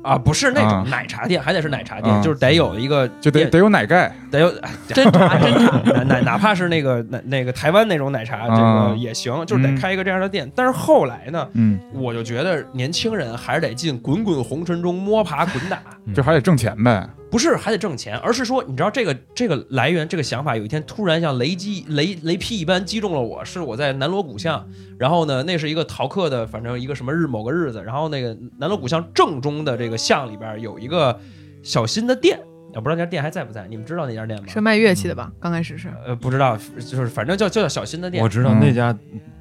[SPEAKER 3] 啊，不是那
[SPEAKER 2] 啊
[SPEAKER 3] 种奶茶店，还得是奶茶店，
[SPEAKER 2] 啊
[SPEAKER 3] 就是得有一个
[SPEAKER 2] 就得
[SPEAKER 3] 店
[SPEAKER 2] 得有奶盖，
[SPEAKER 3] 得有哎
[SPEAKER 5] 真茶真茶。
[SPEAKER 3] 哪哪哪怕是那 *laughs* 个那那个台湾那种奶茶，
[SPEAKER 2] 啊
[SPEAKER 3] 这个也行，就是得
[SPEAKER 2] 嗯
[SPEAKER 3] 开一个这样的店。但是后来呢，
[SPEAKER 2] 嗯，
[SPEAKER 3] 我就觉得年轻人还是得进滚滚红尘中摸爬滚打，
[SPEAKER 2] 就还得挣钱呗，
[SPEAKER 3] 不是还得挣钱，而是说，你知道这个这个来源这个想法，有一天突然像雷击雷雷劈一般击中了我，是我在南锣鼓巷，然后呢，那是一个逃课的，反正一个什么日某个日子，然后那个南锣鼓巷正中的这个巷里边有一个小新的店，我不知道那家店还在不在，你们知道那家店吗？
[SPEAKER 5] 是卖乐器的
[SPEAKER 2] 嗯
[SPEAKER 5] 吧？刚开始是，
[SPEAKER 3] 呃，不知道，就是反正叫叫叫小新的店
[SPEAKER 4] 我，知道
[SPEAKER 2] 嗯
[SPEAKER 4] 那家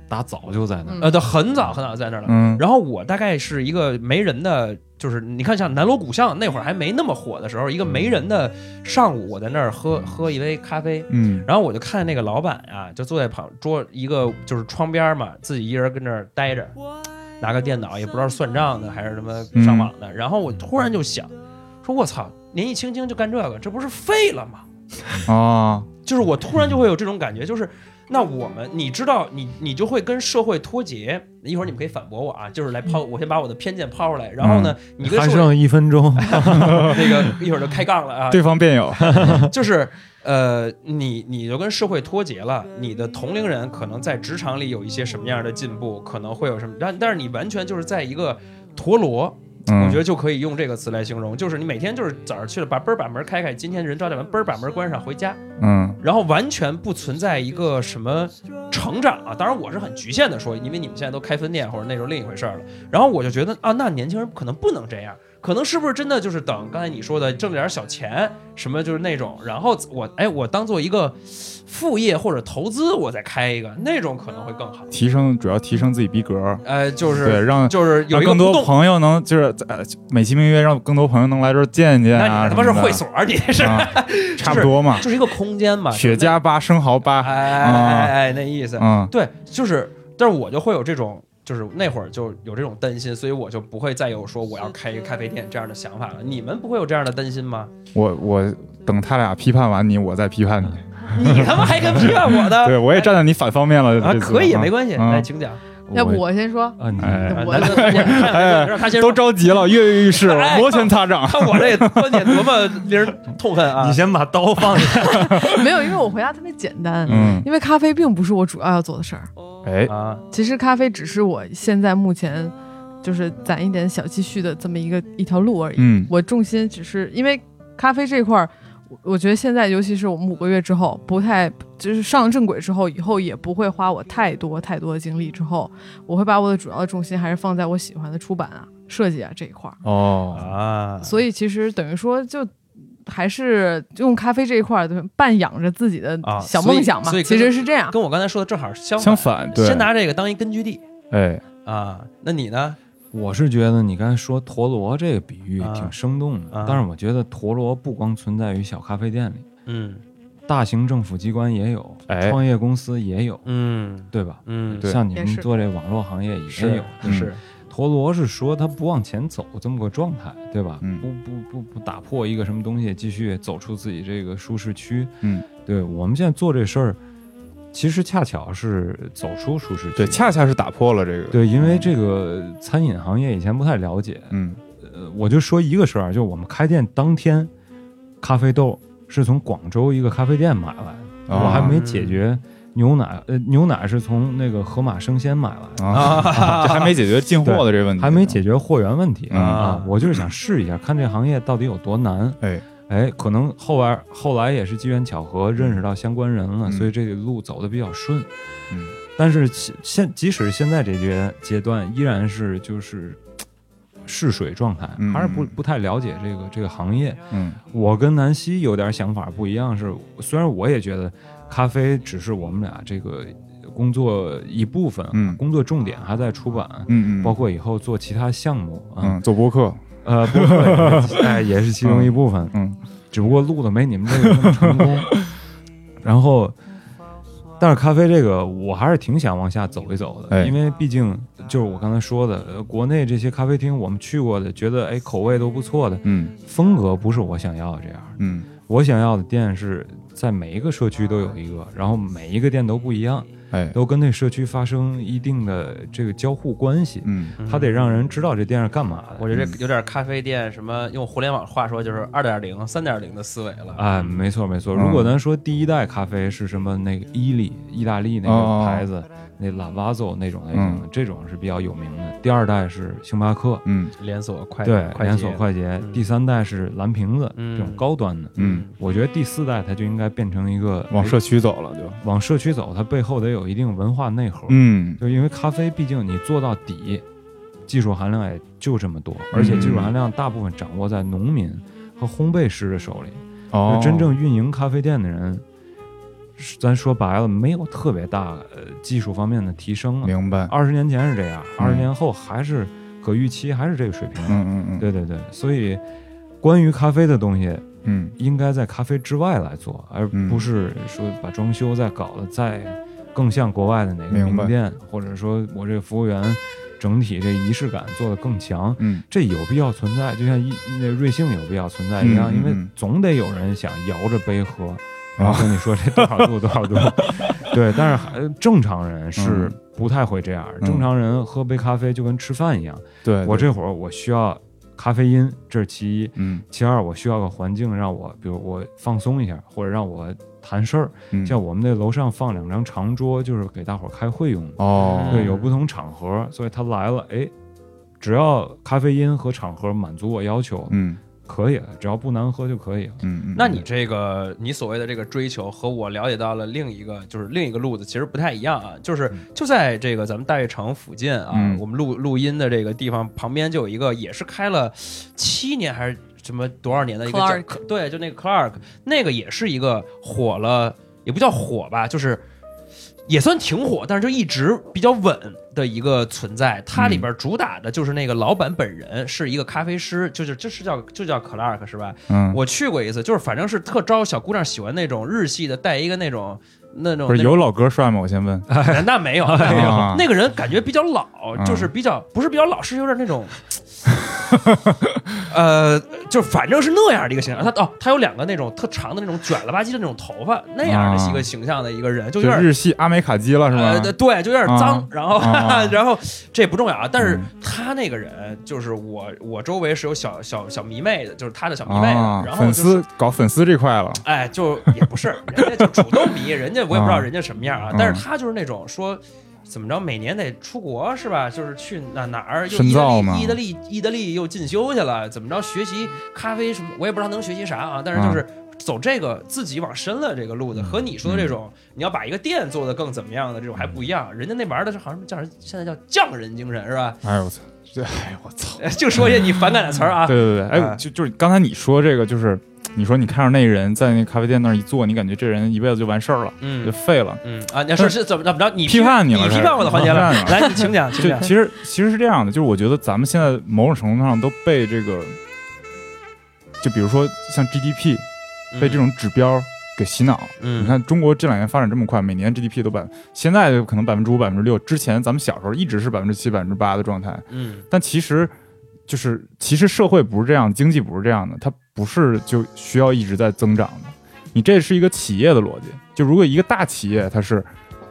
[SPEAKER 4] 打早就在那儿。
[SPEAKER 5] 嗯
[SPEAKER 3] 呃，都很早很早在那儿了。
[SPEAKER 2] 嗯
[SPEAKER 3] 然后我大概是一个没人的，就是你看像南锣鼓巷那会儿还没那么火的时候，一个没人的上午，我在那儿喝喝一杯咖啡，
[SPEAKER 2] 嗯
[SPEAKER 3] 然后我就看那个老板啊，就坐在旁桌一个就是窗边嘛，自己一人跟那儿待着，拿个电脑也不知道是算账呢还是什么上网的。然后我突然就想，说我操，年纪轻轻就干这个，这不是废了吗？
[SPEAKER 2] 啊，
[SPEAKER 3] 就是我突然就会有这种感觉，就是那我们，你知道，你你就会跟社会脱节。一会儿你们可以反驳我啊，就是来抛，我先把我的偏见抛出来，然后呢，
[SPEAKER 2] 嗯
[SPEAKER 3] 你跟
[SPEAKER 4] 还
[SPEAKER 3] 社会
[SPEAKER 4] 剩一
[SPEAKER 2] *laughs*
[SPEAKER 4] 分钟，
[SPEAKER 3] 那个一会儿就开杠了啊，
[SPEAKER 2] 对方辩友，
[SPEAKER 3] *laughs* 就是呃，你你就跟社会脱节了，你的同龄人可能在职场里有一些什么样的进步，可能会有什么，但但是你完全就是在一个陀螺。
[SPEAKER 2] 嗯
[SPEAKER 3] 我觉得就可以用这个词来形容，就是你每天就是早上去了，把嘣儿把门开开，今天人招待完，嘣儿把门关上回家，
[SPEAKER 2] 嗯
[SPEAKER 3] 然后完全不存在一个什么成长啊。当然我是很局限的说，因为你们现在都开分店或者那时候另一回事儿了。然后我就觉得啊，那年轻人可能不能这样，可能是不是真的就是等刚才你说的挣点小钱什么就是那种，然后我哎我当做一个副业或者投资，我再开一个那种可能会更好。
[SPEAKER 2] 提升主要提升自己逼格，
[SPEAKER 3] 呃，就
[SPEAKER 2] 对，
[SPEAKER 3] 是
[SPEAKER 2] 让
[SPEAKER 3] 就是有
[SPEAKER 2] 让
[SPEAKER 3] 一个
[SPEAKER 2] 更
[SPEAKER 3] 互
[SPEAKER 2] 多
[SPEAKER 3] 动。
[SPEAKER 2] 朋友能就是在呃美其名曰让更多朋友能来这儿见见
[SPEAKER 3] 那
[SPEAKER 2] 啊
[SPEAKER 3] 你他
[SPEAKER 2] 什
[SPEAKER 3] 妈是
[SPEAKER 2] 么的，
[SPEAKER 3] 会所，你这
[SPEAKER 2] *laughs*
[SPEAKER 3] 是
[SPEAKER 2] 啊，差不多嘛，
[SPEAKER 3] 就是一个空间嘛，
[SPEAKER 2] 雪
[SPEAKER 3] 就是
[SPEAKER 2] 茄吧，生蚝
[SPEAKER 3] 那
[SPEAKER 2] 吧，
[SPEAKER 3] 哎哎哎那意思，
[SPEAKER 2] 嗯
[SPEAKER 3] 对，就是，但是我就会有这种，就是那会儿就有这种担心，所以我就不会再有说我要开一个咖啡店这样的想法了。你们不会有这样的担心吗？
[SPEAKER 2] 我我等他俩批判完你，我再批判你，
[SPEAKER 3] 你他妈还
[SPEAKER 2] *laughs*
[SPEAKER 3] 敢批判我的？
[SPEAKER 2] 对我也站在你反方面了，
[SPEAKER 3] 啊，
[SPEAKER 2] 这次
[SPEAKER 3] 可以，
[SPEAKER 2] 啊
[SPEAKER 3] 没关系，
[SPEAKER 2] 嗯
[SPEAKER 3] 来，请讲。
[SPEAKER 5] 要不我先说，
[SPEAKER 4] 啊，你
[SPEAKER 2] *laughs* 哎
[SPEAKER 3] 啊
[SPEAKER 5] 我
[SPEAKER 3] 来来来来来让他先说
[SPEAKER 2] 都着急了，跃跃欲试，
[SPEAKER 3] 哎
[SPEAKER 2] 摩拳擦掌。
[SPEAKER 3] 看我这观点多么令
[SPEAKER 2] *laughs*
[SPEAKER 3] 人痛恨啊！
[SPEAKER 4] 你先把刀放下。
[SPEAKER 5] *laughs* 没有，因为我回答特别简单，
[SPEAKER 2] 嗯
[SPEAKER 5] 因为咖啡并不是我主要要做的事儿。
[SPEAKER 2] *laughs* 哎，
[SPEAKER 3] 啊，
[SPEAKER 5] 其实咖啡只是我现在目前就是攒一点小积蓄的这么一个一条路而已。
[SPEAKER 2] 嗯
[SPEAKER 5] 我重心只是因为咖啡这块儿，我我觉得现在尤其是我们五个月之后，不太就是上正轨之后，以后也不会花我太多太多的精力。之后我会把我的主要的重心还是放在我喜欢的出版啊、设计啊这一块儿。
[SPEAKER 2] 哦，
[SPEAKER 3] 啊，
[SPEAKER 5] 所以其实等于说就。还是用咖啡这一块儿，就是半养着自己的
[SPEAKER 3] 啊
[SPEAKER 5] 小
[SPEAKER 3] 所以
[SPEAKER 5] 梦想嘛，
[SPEAKER 3] 所以跟
[SPEAKER 5] 其实是这样。
[SPEAKER 3] 跟我刚才说的正好相
[SPEAKER 2] 相反，对，
[SPEAKER 3] 先拿这个当一根据地
[SPEAKER 2] 哎，
[SPEAKER 3] 啊。那你呢？
[SPEAKER 4] 我是觉得你刚才说陀螺这个比喻
[SPEAKER 3] 啊
[SPEAKER 4] 挺生动的，
[SPEAKER 3] 啊
[SPEAKER 4] 但是我觉得陀螺不光存在于小咖啡店里，
[SPEAKER 3] 嗯
[SPEAKER 4] 大型政府机关也有，
[SPEAKER 2] 哎
[SPEAKER 4] 创业公司也有，
[SPEAKER 3] 嗯
[SPEAKER 4] 对吧？
[SPEAKER 3] 嗯，
[SPEAKER 2] 对
[SPEAKER 4] 像你
[SPEAKER 5] 也
[SPEAKER 4] 们
[SPEAKER 5] 是
[SPEAKER 4] 做这网络行业也
[SPEAKER 3] 是
[SPEAKER 4] 有，
[SPEAKER 2] 嗯
[SPEAKER 3] 是，
[SPEAKER 4] 陀螺是说他不往前走这么个状态，对吧？
[SPEAKER 2] 嗯
[SPEAKER 4] 不不不不打破一个什么东西，继续走出自己这个舒适区。
[SPEAKER 2] 嗯，
[SPEAKER 4] 对我们现在做这事儿，其实恰巧是走出舒适区。
[SPEAKER 2] 对，恰恰是打破了这个，
[SPEAKER 4] 对，因为这个餐饮行业以前不太了解，
[SPEAKER 2] 嗯，
[SPEAKER 4] 呃，我就说一个事儿啊，就我们开店当天，咖啡豆是从广州一个咖啡店买来的，
[SPEAKER 2] 啊
[SPEAKER 4] 我还没解决牛奶，呃，牛奶是从那个河马生鲜买来的，
[SPEAKER 2] *laughs* 啊，这还没解决进货的这个问题，
[SPEAKER 4] 还没解，决货源问题
[SPEAKER 2] 嗯
[SPEAKER 4] 啊。我就是想试一下，看这行业到底有多难。
[SPEAKER 2] 哎，
[SPEAKER 4] 哎，可能后来后来也是机缘巧合认识到相关人了，
[SPEAKER 2] 嗯
[SPEAKER 4] 所以这个路走的比较顺。
[SPEAKER 2] 嗯，
[SPEAKER 4] 但是现现即使现在这阶阶段，依然是就是嘖试水状态，
[SPEAKER 2] 嗯
[SPEAKER 4] 还是不
[SPEAKER 2] 嗯
[SPEAKER 4] 不太了解这个这个行业。
[SPEAKER 2] 嗯，
[SPEAKER 4] 我跟南希有点想法不一样，是虽然我也觉得咖啡只是我们俩这个工作一部分，
[SPEAKER 2] 嗯
[SPEAKER 4] 工作重点还在出版。
[SPEAKER 2] 嗯嗯，
[SPEAKER 4] 包括以后做其他项目啊，
[SPEAKER 2] 嗯做播客，
[SPEAKER 4] 呃，不会， *laughs* 哎，也是其中一部分。
[SPEAKER 2] 嗯
[SPEAKER 4] 只不过录的没你们这个那么成功。然后，但是咖啡这个我还是挺想往下走一走的，
[SPEAKER 2] 哎
[SPEAKER 4] 因为毕竟就是我刚才说的，呃国内这些咖啡厅我们去过的，觉得哎口味都不错的，
[SPEAKER 2] 嗯
[SPEAKER 4] 风格不是我想要的这样的。
[SPEAKER 2] 嗯，
[SPEAKER 4] 我想要的店是在每一个社区都有一个，然后每一个店都不一样，
[SPEAKER 2] 哎，
[SPEAKER 4] 都跟那社区发生一定的这个交互关系。
[SPEAKER 2] 嗯
[SPEAKER 4] 它得让人知道这店是干嘛的。
[SPEAKER 3] 我觉得这有点咖啡店什么，用互联网话说就是二点零、三点零的思维了。
[SPEAKER 4] 啊，没错没错。
[SPEAKER 2] 嗯
[SPEAKER 4] 如果咱说第一代咖啡是什么那个伊利，意大利那
[SPEAKER 2] 哦
[SPEAKER 4] 个牌子，那拉瓦佐那种类型的，这种是比较有名的。第二代是星巴克，
[SPEAKER 2] 嗯
[SPEAKER 3] 连锁快
[SPEAKER 4] 对，
[SPEAKER 3] 快
[SPEAKER 4] 连
[SPEAKER 3] 捷
[SPEAKER 4] 锁快捷
[SPEAKER 3] 嗯。
[SPEAKER 4] 第三代是蓝瓶子，
[SPEAKER 3] 嗯
[SPEAKER 4] 这种高端的。
[SPEAKER 2] 嗯，
[SPEAKER 4] 我觉得第四代它就应该变成一个哎
[SPEAKER 2] 往社区走了就，
[SPEAKER 4] 往社区走，它背后得有一定文化内核。
[SPEAKER 2] 嗯
[SPEAKER 4] 就因为咖啡，毕竟你做到底，技术含量也就这么多，而且技
[SPEAKER 2] 嗯
[SPEAKER 4] 术含量大部分掌握在农民和烘焙师的手里。
[SPEAKER 2] 哦
[SPEAKER 4] 就，真正运营咖啡店的人，是咱说白了，没有特别大呃技术方面的提升了。
[SPEAKER 2] 明白，
[SPEAKER 4] 二十年前是这样，
[SPEAKER 2] 嗯
[SPEAKER 4] 二十年后还是可预期，还是这个水平。
[SPEAKER 2] 嗯嗯嗯，
[SPEAKER 4] 对对对，所以关于咖啡的东西，
[SPEAKER 2] 嗯
[SPEAKER 4] 应该在咖啡之外来做，而
[SPEAKER 2] 嗯
[SPEAKER 4] 不是说把装修再搞得再更像国外的哪个
[SPEAKER 2] 明白
[SPEAKER 4] 名店，或者说我这个服务员整体这仪式感做得更强。
[SPEAKER 2] 嗯
[SPEAKER 4] 这有必要存在，就像一那瑞幸有必要存在一样，
[SPEAKER 2] 嗯嗯啊
[SPEAKER 4] 因为
[SPEAKER 2] 嗯
[SPEAKER 4] 总得有人想摇着杯喝，然后跟你说这多
[SPEAKER 2] *laughs*
[SPEAKER 4] 少度多少度，对。但是还正常人是
[SPEAKER 2] 嗯
[SPEAKER 4] 不太会这样，
[SPEAKER 2] 嗯
[SPEAKER 4] 正常人喝杯咖啡就跟吃饭一样。
[SPEAKER 2] 对，
[SPEAKER 4] 我这会儿我需要咖啡因，这是其一；
[SPEAKER 2] 嗯
[SPEAKER 4] 其二，我需要个环境让我，比如我放松一下，或者让我谈事儿。
[SPEAKER 2] 嗯
[SPEAKER 4] 像我们那楼上放两张长桌，就是给大伙儿开会用的。
[SPEAKER 2] 哦，
[SPEAKER 4] 对，有不同场合，所以他来了，哎，只要咖啡因和场合满足我要求，
[SPEAKER 2] 嗯
[SPEAKER 4] 可以了，只要不难喝就可以了。
[SPEAKER 2] 嗯嗯，
[SPEAKER 3] 那你这个你所谓的这个追求和我了解到了另一个就是另一个路子其实不太一样啊，就是就在这个咱们大悦城附近啊，
[SPEAKER 2] 嗯
[SPEAKER 3] 我们录录音的这个地方旁边就有一个也是开了七年还是什么多少年的一个叫
[SPEAKER 5] Clark
[SPEAKER 3] 对，就那个 Clark 那个也是一个火了，也不叫火吧，就是也算挺火，但是就一直比较稳的一个存在。它里边主打的就是那个老板本人是一个咖啡师，就是这是叫就叫 Clark 是吧？
[SPEAKER 2] 嗯，
[SPEAKER 3] 我去过一次，就是反正是特招小姑娘喜欢那种日系的，带一个那种那种
[SPEAKER 2] 不是
[SPEAKER 3] 那
[SPEAKER 2] 有老哥帅吗？我先问，
[SPEAKER 3] 种那没
[SPEAKER 2] *laughs*
[SPEAKER 3] 有那没
[SPEAKER 2] 啊
[SPEAKER 3] 有，那个人感觉比较老，
[SPEAKER 2] 嗯
[SPEAKER 3] 就是比较不是比较老，是有点那
[SPEAKER 2] *laughs*
[SPEAKER 3] 种。呃，就反正是那样的一个形象，他哦，他有两个那种特长的那种卷了吧唧的那种头发，那样的一个形象的一个人，就
[SPEAKER 2] 嗯就
[SPEAKER 3] 有点
[SPEAKER 2] 日系阿美卡基了是
[SPEAKER 3] 呃，
[SPEAKER 2] 吗
[SPEAKER 3] 对？对，就有点脏，
[SPEAKER 2] 啊
[SPEAKER 3] 然后、
[SPEAKER 2] 啊
[SPEAKER 3] *laughs* 然后这也不重要啊。但是
[SPEAKER 2] 嗯
[SPEAKER 3] 他那个人，就是我我周围是有小小小迷妹的，就是他的小迷妹的，
[SPEAKER 2] 啊，
[SPEAKER 3] 然后
[SPEAKER 2] 粉
[SPEAKER 3] 就是
[SPEAKER 2] 丝搞粉丝这块了，
[SPEAKER 3] 哎，就也不是，人家就主动迷，人家我也不知道
[SPEAKER 2] 啊
[SPEAKER 3] 人家什么样啊，
[SPEAKER 2] 嗯
[SPEAKER 3] 但是他就是那种说。怎么着？每年得出国是吧？就是去哪哪儿？又
[SPEAKER 2] 深
[SPEAKER 3] 意
[SPEAKER 2] 造
[SPEAKER 3] 大
[SPEAKER 2] 嘛
[SPEAKER 3] 利，意大利，意大利又进修去了。怎么着？学习咖啡什么？我也不知道能学习啥啊。但是
[SPEAKER 2] 嗯
[SPEAKER 3] 就是走这个自己往深了这个路子，和你说的
[SPEAKER 2] 嗯
[SPEAKER 3] 这种，你要把一个店做得更怎么样的这种还不一样。人家那玩意儿的是好像叫人现在叫匠人精神是吧？ *laughs*
[SPEAKER 2] 哎呦我操，这哎呦我操，
[SPEAKER 3] 就说一些你反感的词儿啊。
[SPEAKER 2] *laughs* 对对对，哎，
[SPEAKER 3] 啊
[SPEAKER 2] 就就是刚才你说这个，就是你说你看着那人在那咖啡店那儿一坐，你感觉这人一辈子就完事儿了，就
[SPEAKER 3] 嗯
[SPEAKER 2] 废了。
[SPEAKER 3] 嗯啊，你说是怎么怎么着？你
[SPEAKER 2] 批判你了
[SPEAKER 3] 你
[SPEAKER 2] 开
[SPEAKER 3] 批
[SPEAKER 2] 始
[SPEAKER 3] 判我的环节了
[SPEAKER 2] 批判。你
[SPEAKER 3] 来，你请讲，请
[SPEAKER 2] 就
[SPEAKER 3] 讲。
[SPEAKER 2] 其实其实是这样的，就是我觉得咱们现在某种程度上都被这个，就比如说像 GDP 被这种指标给洗脑。
[SPEAKER 3] 嗯
[SPEAKER 2] 你看中国这两年发展这么快，每年 GDP 都百，现在可能百分之五、百分之六，之前咱们小时候一直是百分之七、百分之八的状态。
[SPEAKER 3] 嗯
[SPEAKER 2] 但其实就是其实社会不是这样，经济不是这样的，它不是就需要一直在增长的。你这是一个企业的逻辑，就如果一个大企业它是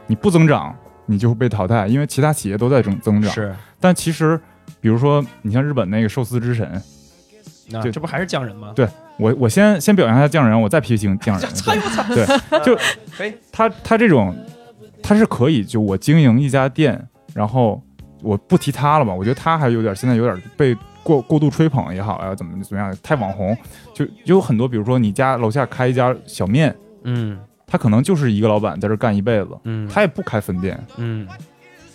[SPEAKER 2] 你不增长，你就会被淘汰，因为其他企业都在增增长。
[SPEAKER 3] 是，
[SPEAKER 2] 但其实，比如说你像日本那个寿司之神，
[SPEAKER 3] 那
[SPEAKER 2] 对
[SPEAKER 3] 啊这不还是匠人吗？
[SPEAKER 2] 对我我先先表扬一下匠人，我再批评
[SPEAKER 3] *laughs*
[SPEAKER 2] 匠人。
[SPEAKER 3] 哎呦我操！ *laughs* 哎
[SPEAKER 2] 他他这种他是可以，就我经营一家店，然后我不提他了吧，我觉得他还有点现在有点被过过度吹捧也好呀，怎么怎么样，太网红，就有很多，比如说你家楼下开一家小面，
[SPEAKER 3] 嗯
[SPEAKER 2] 他可能就是一个老板在这干一辈子，
[SPEAKER 3] 嗯，
[SPEAKER 2] 他也不开分店，
[SPEAKER 3] 嗯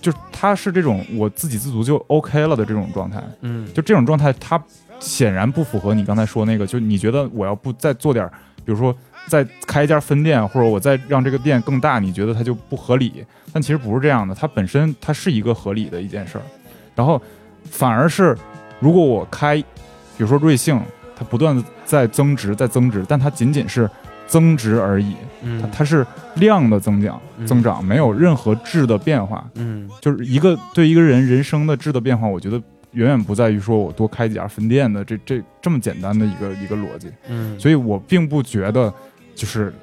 [SPEAKER 2] 就是他是这种我自给自足就 OK 了的这种状态，
[SPEAKER 3] 嗯
[SPEAKER 2] 就这种状态，他显然不符合你刚才说那个，就你觉得我要不再做点儿，比如说再开一家分店，或者我再让这个店更大，你觉得它就不合理？但其实不是这样的，它本身它是一个合理的一件事儿。然后反而是如果我开，比如说瑞幸，它不断的在增值，在增值，但它仅仅是增值而已，它
[SPEAKER 3] 嗯
[SPEAKER 2] 它是量的增长，
[SPEAKER 3] 嗯
[SPEAKER 2] 增长没有任何质的变化。
[SPEAKER 3] 嗯
[SPEAKER 2] 就是一个对一个人人生的质的变化，我觉得远远不在于说我多开几家分店的这这这么简单的一个一个逻辑，
[SPEAKER 3] 嗯，
[SPEAKER 2] 所以我并不觉得就是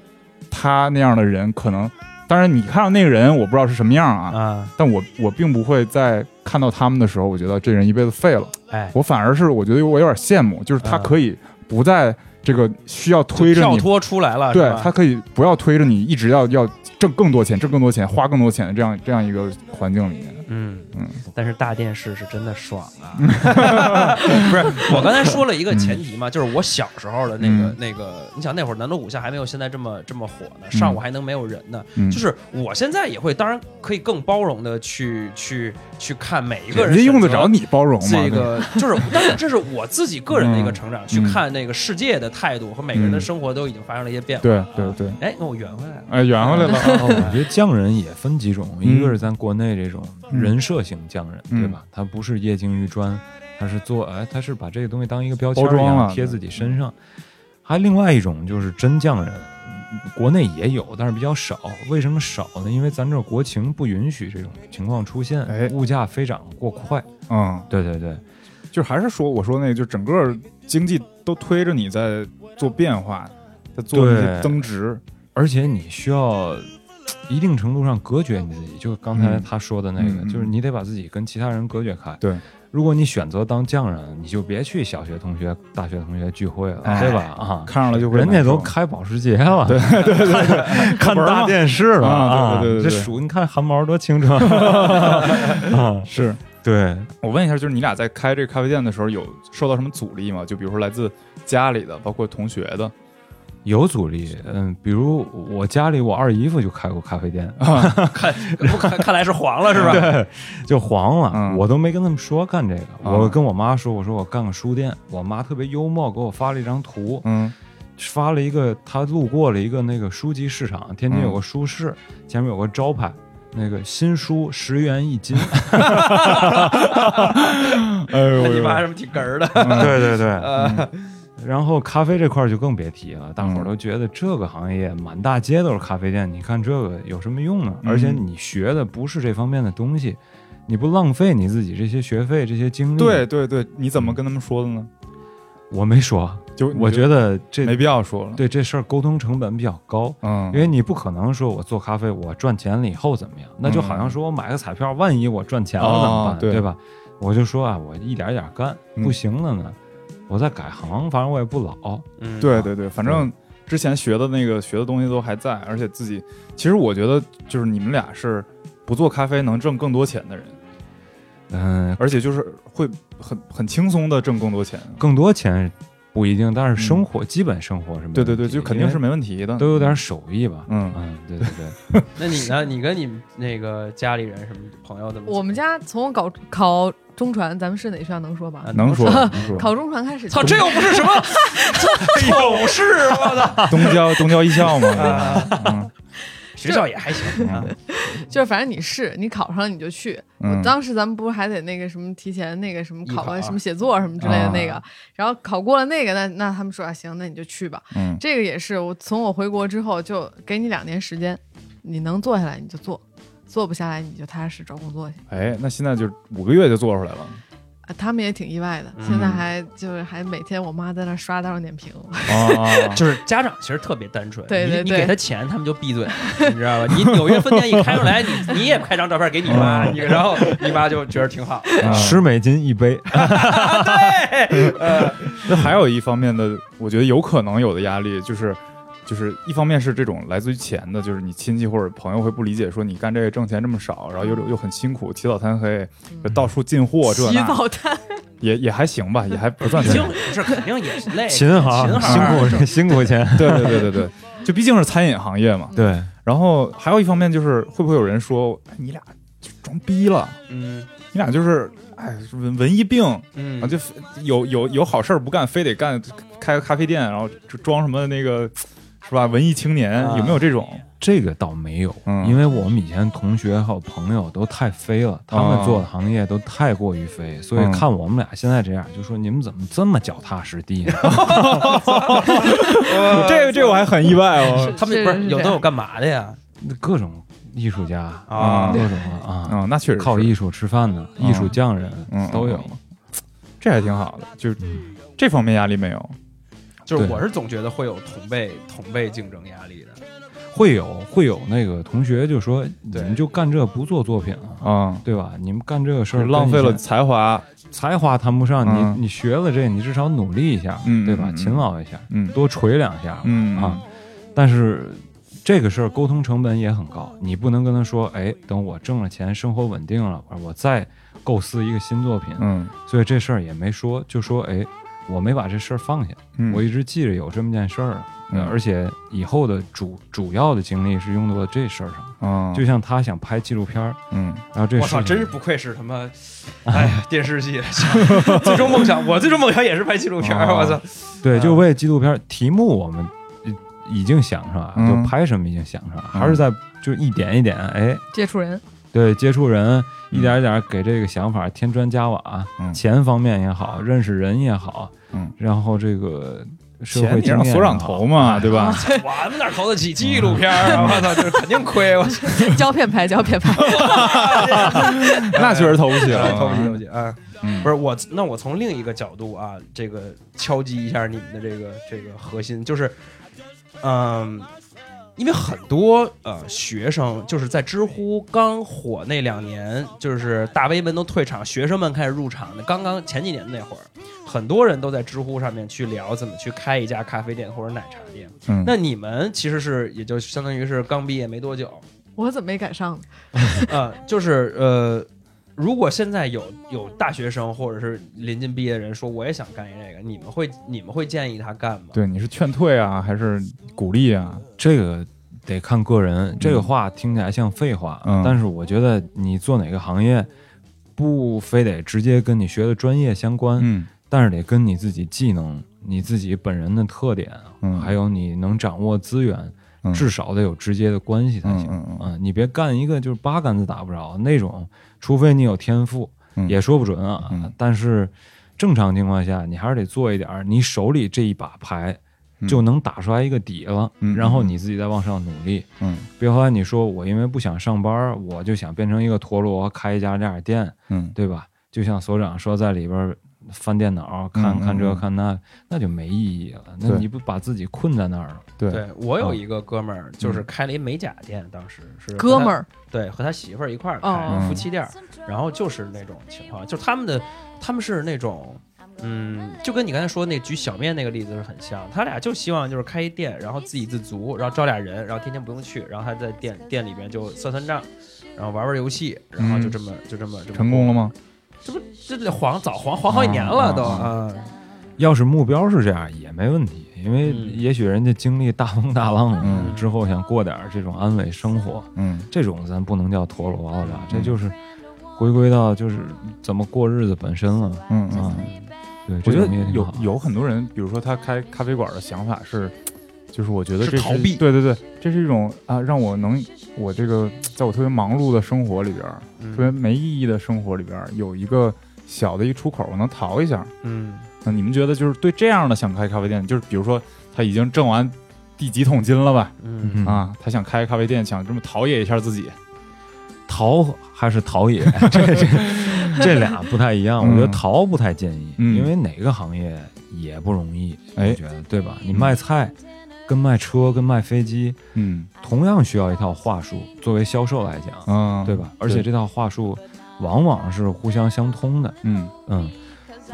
[SPEAKER 2] 他那样的人可能，当然你看到那个人我不知道是什么样啊，
[SPEAKER 3] 啊，
[SPEAKER 2] 但我我并不会在看到他们的时候，我觉得这人一辈子废了，
[SPEAKER 3] 哎，
[SPEAKER 2] 我反而是我觉得我有点羡慕，就是他
[SPEAKER 3] 嗯
[SPEAKER 2] 可以不在这个需要推着
[SPEAKER 3] 跳
[SPEAKER 2] 你
[SPEAKER 3] 脱出来了，
[SPEAKER 2] 对
[SPEAKER 3] 是吧
[SPEAKER 2] 他可以不要推着你一直要要挣更多钱、挣更多钱、花更多钱的这样这样一个环境里面。
[SPEAKER 3] 嗯
[SPEAKER 2] 嗯，
[SPEAKER 3] 但是大电视是真的爽
[SPEAKER 2] *laughs*
[SPEAKER 3] 啊！不是，我刚才说了一个前提嘛，就是我小时候的那个、
[SPEAKER 2] 嗯
[SPEAKER 3] 那个，你想那会儿南锣鼓巷还没有现在这么这么火呢，上午还能没有人呢。
[SPEAKER 2] 嗯
[SPEAKER 3] 就是我现在也会，当然可以更包容的去去去看每一个
[SPEAKER 2] 人
[SPEAKER 3] 人，
[SPEAKER 2] 家用得着。你包容吗？
[SPEAKER 3] 这
[SPEAKER 2] *laughs*
[SPEAKER 3] 个就是，但是这是我自己个人的一个成长，去
[SPEAKER 2] 嗯
[SPEAKER 3] 看那个世界的态度和每个人的
[SPEAKER 2] 嗯
[SPEAKER 3] 生活都已经发生了一些变化。
[SPEAKER 2] 对对对，
[SPEAKER 3] 哎，那我圆回来了。
[SPEAKER 2] 哎，圆回来
[SPEAKER 4] *laughs*
[SPEAKER 2] 了，
[SPEAKER 4] 哦，我觉得匠人也分几种，
[SPEAKER 2] 嗯
[SPEAKER 4] 一个是咱国内这种人设型匠人，
[SPEAKER 2] 嗯
[SPEAKER 4] 对吧？他不是业精于专，他是做哎，他是把这个东西当一个标签
[SPEAKER 2] 包装
[SPEAKER 4] 一样
[SPEAKER 2] 了
[SPEAKER 4] 贴自己身上。还另外一种就是真匠人，嗯国内也有，但是比较少。为什么少呢？因为咱这儿国情不允许这种情况出现，
[SPEAKER 2] 哎
[SPEAKER 4] 物价飞涨过快。
[SPEAKER 2] 嗯，
[SPEAKER 4] 对对对，
[SPEAKER 2] 就还是说我说那个，就整个经济都推着你在做变化，在做一些
[SPEAKER 4] 对
[SPEAKER 2] 增值，
[SPEAKER 4] 而且你需要嘖一定程度上隔绝你自己，就是刚才
[SPEAKER 2] 嗯
[SPEAKER 4] 他说的那个，
[SPEAKER 2] 嗯嗯
[SPEAKER 4] 就是你得把自己跟其他人隔绝开。
[SPEAKER 2] 对，
[SPEAKER 4] 如果你选择当匠人，你就别去小学同学、大学同学聚会了，
[SPEAKER 2] 哎
[SPEAKER 4] 对吧？啊。
[SPEAKER 2] 看上了就会
[SPEAKER 4] 人家
[SPEAKER 2] 难
[SPEAKER 4] 都
[SPEAKER 2] 受
[SPEAKER 4] 开保时捷了，对对对， *laughs* 看
[SPEAKER 2] 玩儿嘛
[SPEAKER 4] 大电视了
[SPEAKER 2] 啊
[SPEAKER 4] 啊！
[SPEAKER 2] 对对对对
[SPEAKER 4] 这
[SPEAKER 2] 对
[SPEAKER 4] 鼠你看汗毛多清澈 *laughs* 啊！
[SPEAKER 2] 是。
[SPEAKER 4] 对，
[SPEAKER 2] 我问一下，就是你俩在开这个咖啡店的时候，有受到什么阻力吗？就比如说来自家里的，包括同学的，
[SPEAKER 4] 有阻力。嗯，比如我家里我二姨夫就开过咖啡店，
[SPEAKER 2] 啊
[SPEAKER 3] *laughs* 看，不看看来是黄了是
[SPEAKER 2] *laughs*
[SPEAKER 3] 吧？
[SPEAKER 4] *laughs* 就黄了，
[SPEAKER 2] 嗯
[SPEAKER 4] 我都没跟他们说干这个。
[SPEAKER 2] 啊
[SPEAKER 4] 我跟我妈说，我说我干个书店，我妈特别幽默，给我发了一张图，
[SPEAKER 2] 嗯
[SPEAKER 4] 发了一个她路过了一个那个书籍市场，天津有
[SPEAKER 2] 嗯
[SPEAKER 4] 个书市，前面有个招牌。那个新书十元
[SPEAKER 2] *laughs*
[SPEAKER 4] 一斤，
[SPEAKER 2] 哎呦
[SPEAKER 3] 你妈还是挺哏儿的。
[SPEAKER 4] 对对对。
[SPEAKER 3] 呃，
[SPEAKER 4] 嗯然后咖啡这块儿就更别提了，大伙
[SPEAKER 2] 嗯
[SPEAKER 4] 儿都觉得这个行业满大街都是咖啡店，你看这个有什么用呢？
[SPEAKER 2] 嗯
[SPEAKER 4] 而且你学的不是这方面的东西，你不浪费你自己这些学费、这些精力？
[SPEAKER 2] 对，对对，你怎么跟他们说的呢？
[SPEAKER 4] 我没说，
[SPEAKER 2] 就
[SPEAKER 4] 我觉得这
[SPEAKER 2] 没必要说了，，
[SPEAKER 4] 对这事儿沟通成本比较高，
[SPEAKER 2] 嗯，
[SPEAKER 4] 因为你不可能说我做咖啡我赚钱了以后怎么样，那就好像说我买个彩票，万一我赚钱了怎么
[SPEAKER 2] 嗯哦
[SPEAKER 4] 办，
[SPEAKER 2] 对
[SPEAKER 4] 对吧？我就说啊，我一点一点干，
[SPEAKER 2] 嗯
[SPEAKER 4] 不行了呢，我再改行，反正我也不老，
[SPEAKER 3] 嗯
[SPEAKER 2] 对对对，反正之前学的那个学的东西都还在，而且自己其实我觉得就是你们俩是不做咖啡能挣更多钱的人，
[SPEAKER 4] 嗯，
[SPEAKER 2] 而且就是会很很轻松的挣更多钱。
[SPEAKER 4] 更多钱不一定，但是生活基本生活是
[SPEAKER 2] 嗯
[SPEAKER 4] 没
[SPEAKER 2] 对对对，
[SPEAKER 4] 问题
[SPEAKER 2] 就肯定是
[SPEAKER 4] 因为
[SPEAKER 2] 没问题的。
[SPEAKER 4] 都有点手艺吧，
[SPEAKER 2] 嗯
[SPEAKER 4] 嗯，对对对，
[SPEAKER 2] *laughs*
[SPEAKER 3] 那你呢？你跟你那个家里人什么朋友怎么？
[SPEAKER 5] 我们家从我搞考中传，咱们是哪学校能说吧？
[SPEAKER 3] 啊
[SPEAKER 2] 能
[SPEAKER 4] *laughs*
[SPEAKER 2] 说能说，
[SPEAKER 5] 考中传开始，
[SPEAKER 3] 操，哦这又不是什 *laughs* 么丑事，我操！
[SPEAKER 4] *laughs*
[SPEAKER 2] 东郊东郊一校嘛，
[SPEAKER 3] *laughs*
[SPEAKER 2] 嗯
[SPEAKER 3] 学校也还行啊。
[SPEAKER 5] 就是反正你是你考上你就去。
[SPEAKER 2] 嗯
[SPEAKER 5] 我当时咱们不是还得那个什么提前那个什么
[SPEAKER 3] 艺
[SPEAKER 5] 考
[SPEAKER 3] 考啊
[SPEAKER 5] 个什么写作什么之类的那个，然后考过了那个，那那他们说啊行，那你就去吧。
[SPEAKER 2] 嗯
[SPEAKER 5] 这个也是我从我回国之后就给你两年时间，你能做下来你就做，做不下来你就踏踏实实找工作去。
[SPEAKER 2] 哎，那现在就五个月就做出
[SPEAKER 4] *laughs*
[SPEAKER 2] 来了
[SPEAKER 5] 啊，他们也挺意外的，
[SPEAKER 3] 嗯
[SPEAKER 5] 现在还就是还每天我妈在那刷大众点评，
[SPEAKER 2] 啊
[SPEAKER 3] 就是家长其实特别单纯，
[SPEAKER 5] 对对
[SPEAKER 3] 你你
[SPEAKER 5] 对
[SPEAKER 3] 给他钱，他们就闭嘴，你知道吧？你纽约分店一开出
[SPEAKER 2] *laughs*
[SPEAKER 3] 来，你你也拍张照片给你妈，
[SPEAKER 2] 嗯
[SPEAKER 3] 你然后你妈就觉得挺好。
[SPEAKER 2] 啊
[SPEAKER 4] 十美金一杯，
[SPEAKER 2] 那还有一方面的，我觉得有可能有的压力就是，就是一方面是这种来自于钱的，就是你亲戚或者朋友会不理解，说你干这个挣钱这么少，然后又又很辛苦，起早贪黑，就到处进货这
[SPEAKER 5] 洗
[SPEAKER 2] 那，
[SPEAKER 5] 澡摊，
[SPEAKER 2] 也也还行吧，也还不算
[SPEAKER 3] *laughs* 已
[SPEAKER 2] 辛
[SPEAKER 3] 经
[SPEAKER 2] 苦。
[SPEAKER 3] 是肯定也是累，啊
[SPEAKER 4] 秦
[SPEAKER 3] 行
[SPEAKER 4] 行辛苦辛苦钱，
[SPEAKER 2] 对对对
[SPEAKER 3] *laughs*
[SPEAKER 2] 对对，就毕竟是餐饮行业嘛。
[SPEAKER 4] 对，
[SPEAKER 2] 然后还有一方面就是，会不会有人说哎你俩就装逼了？
[SPEAKER 3] 嗯
[SPEAKER 2] 你俩就是哎文文艺病
[SPEAKER 3] 嗯
[SPEAKER 2] 啊，就有有有好事儿不干，非得干开个咖啡店，然后就装什么那个是吧？文艺青年
[SPEAKER 3] 啊
[SPEAKER 2] 有没有这种？
[SPEAKER 4] *laughs* 这个倒没有，
[SPEAKER 2] 嗯
[SPEAKER 4] 因为我们以前同学还有朋友都太飞了，他们做的行业都太过于飞，所以
[SPEAKER 2] 嗯
[SPEAKER 4] 看我们俩现在这样，就说你们怎么这么脚踏实地呢？
[SPEAKER 2] 这个这个我还很意外哦。
[SPEAKER 3] 他们
[SPEAKER 5] 是
[SPEAKER 3] 不
[SPEAKER 5] 是
[SPEAKER 3] 是
[SPEAKER 5] 这
[SPEAKER 3] 有的
[SPEAKER 5] 样
[SPEAKER 3] 有干嘛的呀？
[SPEAKER 4] *laughs* 各种艺术家
[SPEAKER 3] 啊
[SPEAKER 4] 各种啊啊，
[SPEAKER 2] 嗯，那确实是
[SPEAKER 4] 靠艺术吃饭的
[SPEAKER 2] 嗯
[SPEAKER 4] 艺术匠人
[SPEAKER 2] 嗯
[SPEAKER 4] 都有。
[SPEAKER 2] 这还挺好的，就是这方面压力没有。
[SPEAKER 3] 就是
[SPEAKER 4] 对
[SPEAKER 3] 我是总觉得会有同辈同辈竞争压力的，
[SPEAKER 4] 会有会有那个同学就说，你
[SPEAKER 3] 对
[SPEAKER 4] 们就干这不做作品啊，
[SPEAKER 2] 啊，
[SPEAKER 4] 对吧？你们干这个事
[SPEAKER 2] 就
[SPEAKER 4] 儿
[SPEAKER 2] 是浪费了
[SPEAKER 4] 跟以前
[SPEAKER 2] 才华。
[SPEAKER 4] 才华，谈不上。
[SPEAKER 2] 嗯
[SPEAKER 4] 你你学了这，你至少努力一下，
[SPEAKER 2] 嗯嗯
[SPEAKER 4] 对吧？
[SPEAKER 2] 嗯
[SPEAKER 4] 勤劳一下，
[SPEAKER 2] 嗯
[SPEAKER 4] 多锤两下
[SPEAKER 2] 嗯
[SPEAKER 4] 啊。但是这个事儿沟通成本也很高，你不能跟他说，哎，等我挣了钱，生活稳定了，我再构思一个新作品。
[SPEAKER 2] 嗯
[SPEAKER 4] 所以这事儿也没说，就说，哎，我没把这事儿放下。
[SPEAKER 2] 嗯，
[SPEAKER 4] 我一直记着有这么件事儿，
[SPEAKER 2] 嗯
[SPEAKER 4] 呃而且以后的主主要的精力是用到这事儿上。
[SPEAKER 2] 啊，
[SPEAKER 4] 就像他想拍纪录片儿，
[SPEAKER 2] 嗯
[SPEAKER 4] 然后这
[SPEAKER 3] 我
[SPEAKER 4] 事
[SPEAKER 3] 操，
[SPEAKER 4] 儿
[SPEAKER 3] 真是不愧是他妈，哎呀，电视剧 *laughs* 最终梦想，我最终梦想也是拍纪录片儿，
[SPEAKER 2] 啊
[SPEAKER 3] 我操， *laughs*
[SPEAKER 4] 对，
[SPEAKER 3] 嗯
[SPEAKER 4] 就为纪录片儿题目我们呃已经想上了，
[SPEAKER 2] 嗯
[SPEAKER 4] 就拍什么已经想上了，
[SPEAKER 2] 嗯
[SPEAKER 4] 还是在就一点一点，哎，
[SPEAKER 5] 接触人，
[SPEAKER 4] 对，接触人一点一点给这个想法添砖加瓦，
[SPEAKER 2] 嗯
[SPEAKER 4] 钱方面也好，认识人也好，
[SPEAKER 2] 嗯，
[SPEAKER 4] 然后这个社
[SPEAKER 2] 钱
[SPEAKER 4] 会
[SPEAKER 2] 你
[SPEAKER 4] 经
[SPEAKER 2] 让
[SPEAKER 4] 验啊
[SPEAKER 2] 所长
[SPEAKER 4] 也好
[SPEAKER 2] 投嘛，对吧？
[SPEAKER 3] 我们哪投得起纪录片儿啊？我操，这肯定亏，我操。
[SPEAKER 5] 胶片拍，胶片拍，
[SPEAKER 2] 那确实投不起
[SPEAKER 3] *laughs*
[SPEAKER 4] *laughs*
[SPEAKER 2] 了，
[SPEAKER 3] 投不起，投不起啊！
[SPEAKER 2] 嗯
[SPEAKER 3] 不是我，那我从另一个角度啊，这个敲击一下你们的这个这个核心，就是，嗯，因为很多呃学生就是在知乎刚火那两年，就是大 V 们都退场，学生们开始入场的，刚刚前几年那会儿，很多人都在知乎上面去聊怎么去开一家咖啡店或者奶茶店。
[SPEAKER 2] 嗯
[SPEAKER 3] 那你们其实是也就相当于是刚毕业没多久，
[SPEAKER 5] 我怎么没赶上呢？
[SPEAKER 3] 呃，就是呃，如果现在有有大学生或者是临近毕业的人说我也想干这个，你们会你们会建议他干吗？
[SPEAKER 2] 对，你是劝退啊，还是鼓励啊？
[SPEAKER 4] 这个得看个人，这个话听起来像废话，
[SPEAKER 2] 嗯
[SPEAKER 4] 但是我觉得你做哪个行业，不非得直接跟你学的专业相关，
[SPEAKER 2] 嗯
[SPEAKER 4] 但是得跟你自己技能、你自己本人的特点，
[SPEAKER 2] 嗯
[SPEAKER 4] 还有你能掌握资源，
[SPEAKER 2] 嗯
[SPEAKER 4] 至少得有直接的关系才行。
[SPEAKER 2] 嗯嗯嗯
[SPEAKER 4] 啊，你别干一个就是八竿子打不着那种，除非你有天赋，
[SPEAKER 2] 嗯
[SPEAKER 4] 也说不准啊。
[SPEAKER 2] 嗯
[SPEAKER 4] 但是正常情况下，你还是得做一点儿你手里这一把牌
[SPEAKER 2] 嗯
[SPEAKER 4] 就能打出来一个底了，
[SPEAKER 2] 嗯
[SPEAKER 4] 然后你自己再往上努力。
[SPEAKER 2] 嗯
[SPEAKER 4] 别后来你说我因为不想上班儿，我就想变成一个陀螺，开一家这样的店，
[SPEAKER 2] 嗯
[SPEAKER 4] 对吧？就像所长说，在里边儿翻电脑，看
[SPEAKER 2] 嗯
[SPEAKER 4] 看
[SPEAKER 2] 嗯
[SPEAKER 4] 这
[SPEAKER 2] 嗯
[SPEAKER 4] 看那，那就没意义了。那
[SPEAKER 2] 对
[SPEAKER 4] 你不把自己困在那儿了？
[SPEAKER 2] 对嗯
[SPEAKER 3] 对我有
[SPEAKER 4] 啊
[SPEAKER 3] 一个哥们儿，就是开了一美甲店，当时是和
[SPEAKER 5] 哥们
[SPEAKER 3] 他
[SPEAKER 5] 儿，
[SPEAKER 3] 对和他媳妇儿一块儿开
[SPEAKER 5] 哦
[SPEAKER 3] 的夫妻店儿，然后就是那种情况，就是他们的他们是那种。嗯，就跟你刚才说那举小面那个例子是很像，他俩就希望就是开一店，然后自给自足，然后招俩人，然后天天不用去，然后他在店店里边就算算账，然后玩玩游戏，然后就这么、就这么这么
[SPEAKER 2] 成功了吗？
[SPEAKER 3] 这不这得黄早黄黄好几年了都啊，
[SPEAKER 4] 要是目标是这样也没问题，因为
[SPEAKER 3] 嗯
[SPEAKER 4] 也许人家经历大风大浪，
[SPEAKER 2] 嗯
[SPEAKER 4] 之后想过点儿这种安稳生活，
[SPEAKER 2] 嗯
[SPEAKER 4] 这种咱不能叫陀螺了吧？这
[SPEAKER 2] 嗯
[SPEAKER 4] 就是回归到就是怎么过日子本身了。
[SPEAKER 2] 嗯
[SPEAKER 4] 啊
[SPEAKER 2] 嗯。
[SPEAKER 4] 对，
[SPEAKER 2] 我觉
[SPEAKER 4] 这
[SPEAKER 2] 得
[SPEAKER 4] 种也挺
[SPEAKER 2] 有
[SPEAKER 4] 好
[SPEAKER 2] 有很多人，比如说他开咖啡馆的想法是，就是我觉得
[SPEAKER 3] 是
[SPEAKER 2] 这
[SPEAKER 3] 逃避
[SPEAKER 2] 对对对，这是一种啊，让我能我这个在我特别忙碌的生活里边儿，特别
[SPEAKER 3] 嗯
[SPEAKER 2] 没意义的生活里边儿，有一个小的一出口，我能逃一下。
[SPEAKER 3] 嗯，
[SPEAKER 2] 那你们觉得就是对这样的想开咖啡店，就是比如说他已经挣完第几桶金了吧？
[SPEAKER 3] 嗯，
[SPEAKER 2] 啊，他想开咖啡店，想这么陶冶一下自己。
[SPEAKER 4] 陶还是陶 *laughs* 冶，这这这俩不太一样。
[SPEAKER 2] 嗯
[SPEAKER 4] 我觉得陶不太建议，
[SPEAKER 2] 嗯
[SPEAKER 4] 因为哪个行业也不容易，
[SPEAKER 2] 哎
[SPEAKER 4] 我觉得对吧？你卖菜，跟卖车，跟卖飞机，
[SPEAKER 2] 嗯
[SPEAKER 4] 同样需要一套话术，作为销售来讲，
[SPEAKER 2] 嗯，
[SPEAKER 4] 对吧？而且这套话术往往是互相相通的，
[SPEAKER 2] 嗯，
[SPEAKER 4] 嗯。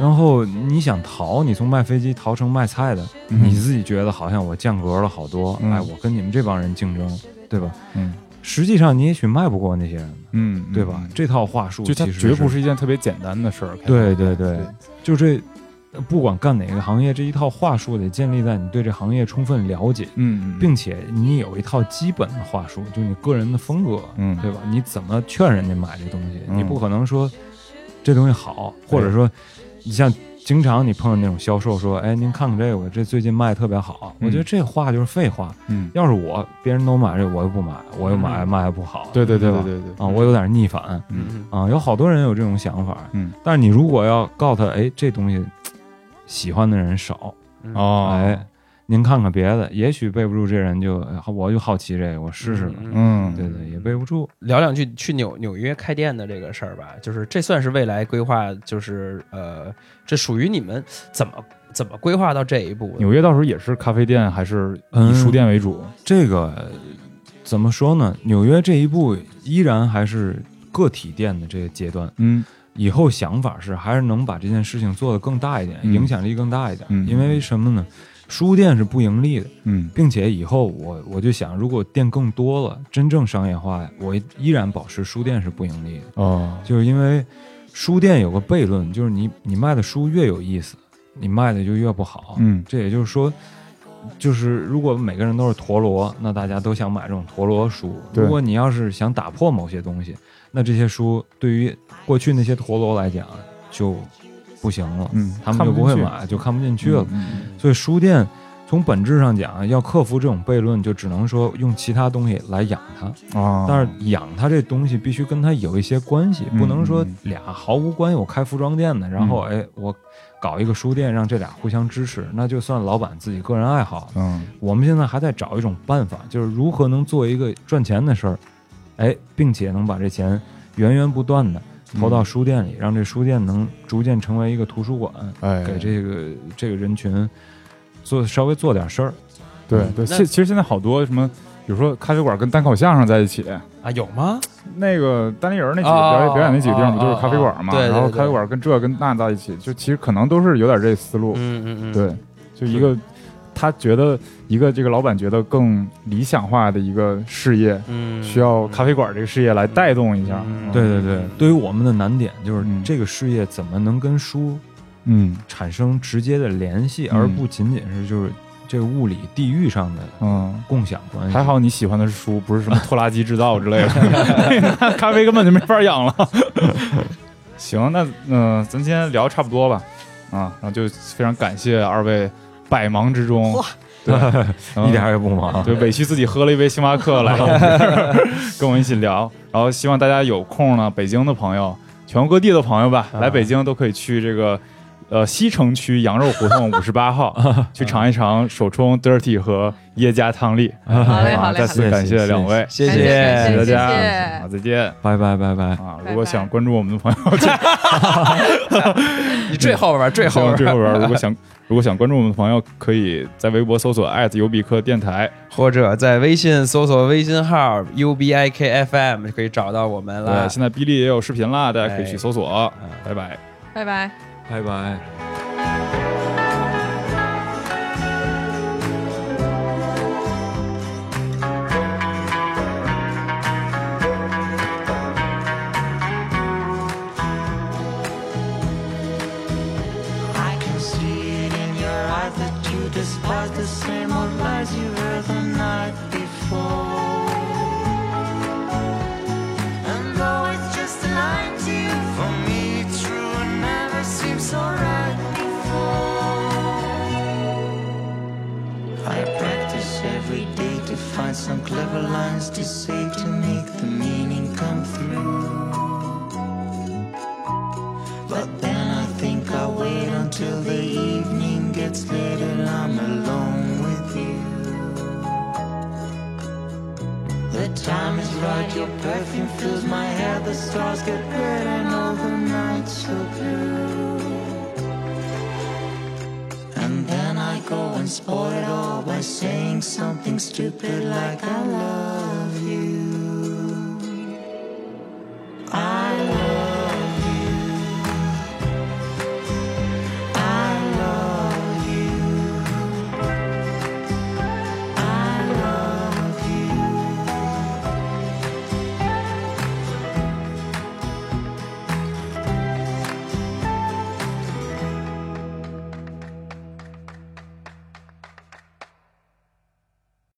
[SPEAKER 4] 然后你想逃，你从卖飞机逃成卖菜的，
[SPEAKER 2] 嗯
[SPEAKER 4] 你自己觉得好像我降格了好多，
[SPEAKER 2] 嗯
[SPEAKER 4] 哎，我跟你们这帮人竞争，对吧？
[SPEAKER 2] 嗯
[SPEAKER 4] 实际上你也许卖不过那些人，
[SPEAKER 2] 嗯，
[SPEAKER 4] 对吧？
[SPEAKER 2] 嗯
[SPEAKER 4] 这套话术
[SPEAKER 2] 就它
[SPEAKER 4] 其实
[SPEAKER 2] 绝不
[SPEAKER 4] 是
[SPEAKER 2] 是一件特别简单的事儿。开
[SPEAKER 4] 对
[SPEAKER 2] 咖啡
[SPEAKER 4] 对
[SPEAKER 2] 店
[SPEAKER 4] 对，就这，不管干哪个行业，这一套话术得建立在你对这行业充分了解，
[SPEAKER 2] 嗯，嗯
[SPEAKER 4] 并且你有一套基本的话术，就是你个人的风格，
[SPEAKER 2] 嗯
[SPEAKER 4] 对吧？你怎么劝人家买这东西？
[SPEAKER 2] 嗯
[SPEAKER 4] 你不可能说这东西好，或者说你像。经常你碰上那种销售说：“哎，您看看这个，这最近卖得特别好。”
[SPEAKER 2] 嗯
[SPEAKER 4] 我觉得这话就是废话。
[SPEAKER 2] 嗯，
[SPEAKER 4] 要是我，别人都买这，我又不买，我又买
[SPEAKER 3] 嗯
[SPEAKER 4] 卖得不好，
[SPEAKER 2] 对对
[SPEAKER 4] 对
[SPEAKER 2] 对对
[SPEAKER 4] 吧
[SPEAKER 2] 对对
[SPEAKER 4] 啊，我有点逆反。
[SPEAKER 3] 嗯
[SPEAKER 4] 啊，有好多人有这种想法，
[SPEAKER 2] 嗯，
[SPEAKER 4] 但是你如果要告诉他，哎，这东西喜欢的人少，
[SPEAKER 3] 嗯
[SPEAKER 2] 哦，
[SPEAKER 4] 哎，您看看别的，也许备不住这人就，哎我就好奇这个，我试试吧，
[SPEAKER 3] 嗯
[SPEAKER 2] 嗯，
[SPEAKER 4] 对对，也备不住，
[SPEAKER 3] 聊两句去纽纽约开店的这个事儿吧，就是这算是未来规划，就是呃，这属于你们怎么怎么规划到这一步的？
[SPEAKER 2] 纽约到时候也是咖啡店还是以
[SPEAKER 4] 嗯
[SPEAKER 2] 书店为主？
[SPEAKER 4] 这个怎么说呢？纽约这一步依然还是个体店的这个阶段，
[SPEAKER 2] 嗯
[SPEAKER 4] 以后想法是还是能把这件事情做得更大一点，
[SPEAKER 2] 嗯
[SPEAKER 4] 影响力更大一点，
[SPEAKER 2] 嗯
[SPEAKER 4] 因为什么呢？书店是不盈利的，
[SPEAKER 2] 嗯
[SPEAKER 4] 并且以后我我就想，如果店更多了，真正商业化，我依然保持书店是不盈利的，
[SPEAKER 2] 哦，
[SPEAKER 4] 就是因为书店有个悖论，就是你你卖的书越有意思，你卖的就越不好。
[SPEAKER 2] 嗯
[SPEAKER 4] 这也就是说，就是如果每个人都是陀螺，那大家都想买这种陀螺书。
[SPEAKER 2] 对
[SPEAKER 4] 如果你要是想打破某些东西，那这些书对于过去那些陀螺来讲就不行了，
[SPEAKER 2] 嗯，
[SPEAKER 4] 他们就不会买，就看不进去了。
[SPEAKER 2] 嗯
[SPEAKER 4] 所以书店从本质上讲，要克服这种悖论，就只能说用其他东西来养它。
[SPEAKER 2] 啊，
[SPEAKER 4] 但是养它这东西必须跟它有一些关系，
[SPEAKER 2] 嗯
[SPEAKER 4] 不能说俩毫无关系。我开服装店的，然后哎，我搞一个书店，让这俩互相支持，那就算老板自己个人爱好。
[SPEAKER 2] 嗯
[SPEAKER 4] 我们现在还在找一种办法，就是如何能做一个赚钱的事儿，哎，并且能把这钱源源不断的投
[SPEAKER 2] 嗯
[SPEAKER 4] 到书店里，让这书店能逐渐成为一个图书馆。
[SPEAKER 2] 哎，
[SPEAKER 4] 给这个这个人群做稍微做点事儿。
[SPEAKER 2] 对对，
[SPEAKER 3] 那
[SPEAKER 2] 现其实现在好多什么。比如说咖啡馆跟单口相声在一起，
[SPEAKER 3] 啊，有
[SPEAKER 2] *laughs*
[SPEAKER 3] 吗？
[SPEAKER 2] 那个单立人那几个
[SPEAKER 3] 哦
[SPEAKER 2] 表演表演那几个地方不就是咖啡馆嘛？
[SPEAKER 3] 哦哦哦对对
[SPEAKER 2] 然后
[SPEAKER 3] 对
[SPEAKER 2] 咖啡馆跟这跟那在一起，就其实可能都是有点这思路。
[SPEAKER 3] 嗯嗯嗯，
[SPEAKER 2] 对，就一个他觉得一个这个老板觉得更理想化的一个事业，
[SPEAKER 3] 嗯，
[SPEAKER 2] 需要咖啡馆这个事业来带动一下。
[SPEAKER 3] 嗯
[SPEAKER 2] 嗯
[SPEAKER 4] 对对对，对于我们的难点就是
[SPEAKER 2] 嗯
[SPEAKER 4] 这个事业怎么能跟书
[SPEAKER 2] 嗯
[SPEAKER 4] 产生直接的联系，
[SPEAKER 2] 嗯
[SPEAKER 4] 而不仅仅是就是这个物理地域上的
[SPEAKER 2] 嗯，
[SPEAKER 4] 共享关系。
[SPEAKER 2] 还好你喜欢的是书，不是什么拖拉机制造之类的，那 *laughs* 咖啡根本就没法养了。 *laughs* 行，那嗯、呃咱今天聊差不多吧，啊，然后就非常感谢二位百忙之中， *laughs* 对，嗯
[SPEAKER 4] 一点儿也
[SPEAKER 2] *laughs*
[SPEAKER 4] 不忙。
[SPEAKER 2] 对，委屈自己喝了一杯星巴克来 *laughs* 跟我一起聊。然后希望大家有空呢，北京的朋友，全国各地的朋友吧，来北京都可以去这个呃西城区羊肉胡同五十八号去尝一尝手冲 dirty 和椰加汤力。
[SPEAKER 5] 好嘞，
[SPEAKER 2] 啊
[SPEAKER 5] 好嘞，
[SPEAKER 2] 再
[SPEAKER 5] 好嘞，
[SPEAKER 2] 次感谢两位，
[SPEAKER 3] 谢
[SPEAKER 5] 感谢
[SPEAKER 2] 谢谢大家，
[SPEAKER 5] 谢谢
[SPEAKER 2] 啊，再见
[SPEAKER 4] 拜拜拜拜。
[SPEAKER 2] 啊！
[SPEAKER 5] 拜
[SPEAKER 2] 如果想关注我们的朋友，请
[SPEAKER 3] 你最后边儿，
[SPEAKER 5] 哎
[SPEAKER 3] 最后
[SPEAKER 2] 听最
[SPEAKER 3] 边
[SPEAKER 2] 后
[SPEAKER 3] 儿，
[SPEAKER 2] 边儿。如果想如果想关注我们的朋友，可以在微博搜索尤比克电台。
[SPEAKER 3] 或者在微信搜索微信号 U B I K F M 就可以找到我们
[SPEAKER 2] 对，
[SPEAKER 3] 了。
[SPEAKER 2] 呃现在哔哩也有视频啦，大家可以
[SPEAKER 3] 哎
[SPEAKER 2] 去搜索。拜拜。
[SPEAKER 5] 拜拜。
[SPEAKER 4] 拜拜。
[SPEAKER 6] I can see it in your eyes that you despise the same old lies you heard the night before. And though it's just a lie to you, for me, true never seems so right clever lines to say to make the meaning come through. But then I think I'll wait until the evening gets late and I'm alone with you. The time is right, your perfume fills my hair, the stars get red and all the nights so blue. And then I go and spoil it all by saying something stupid like I love you.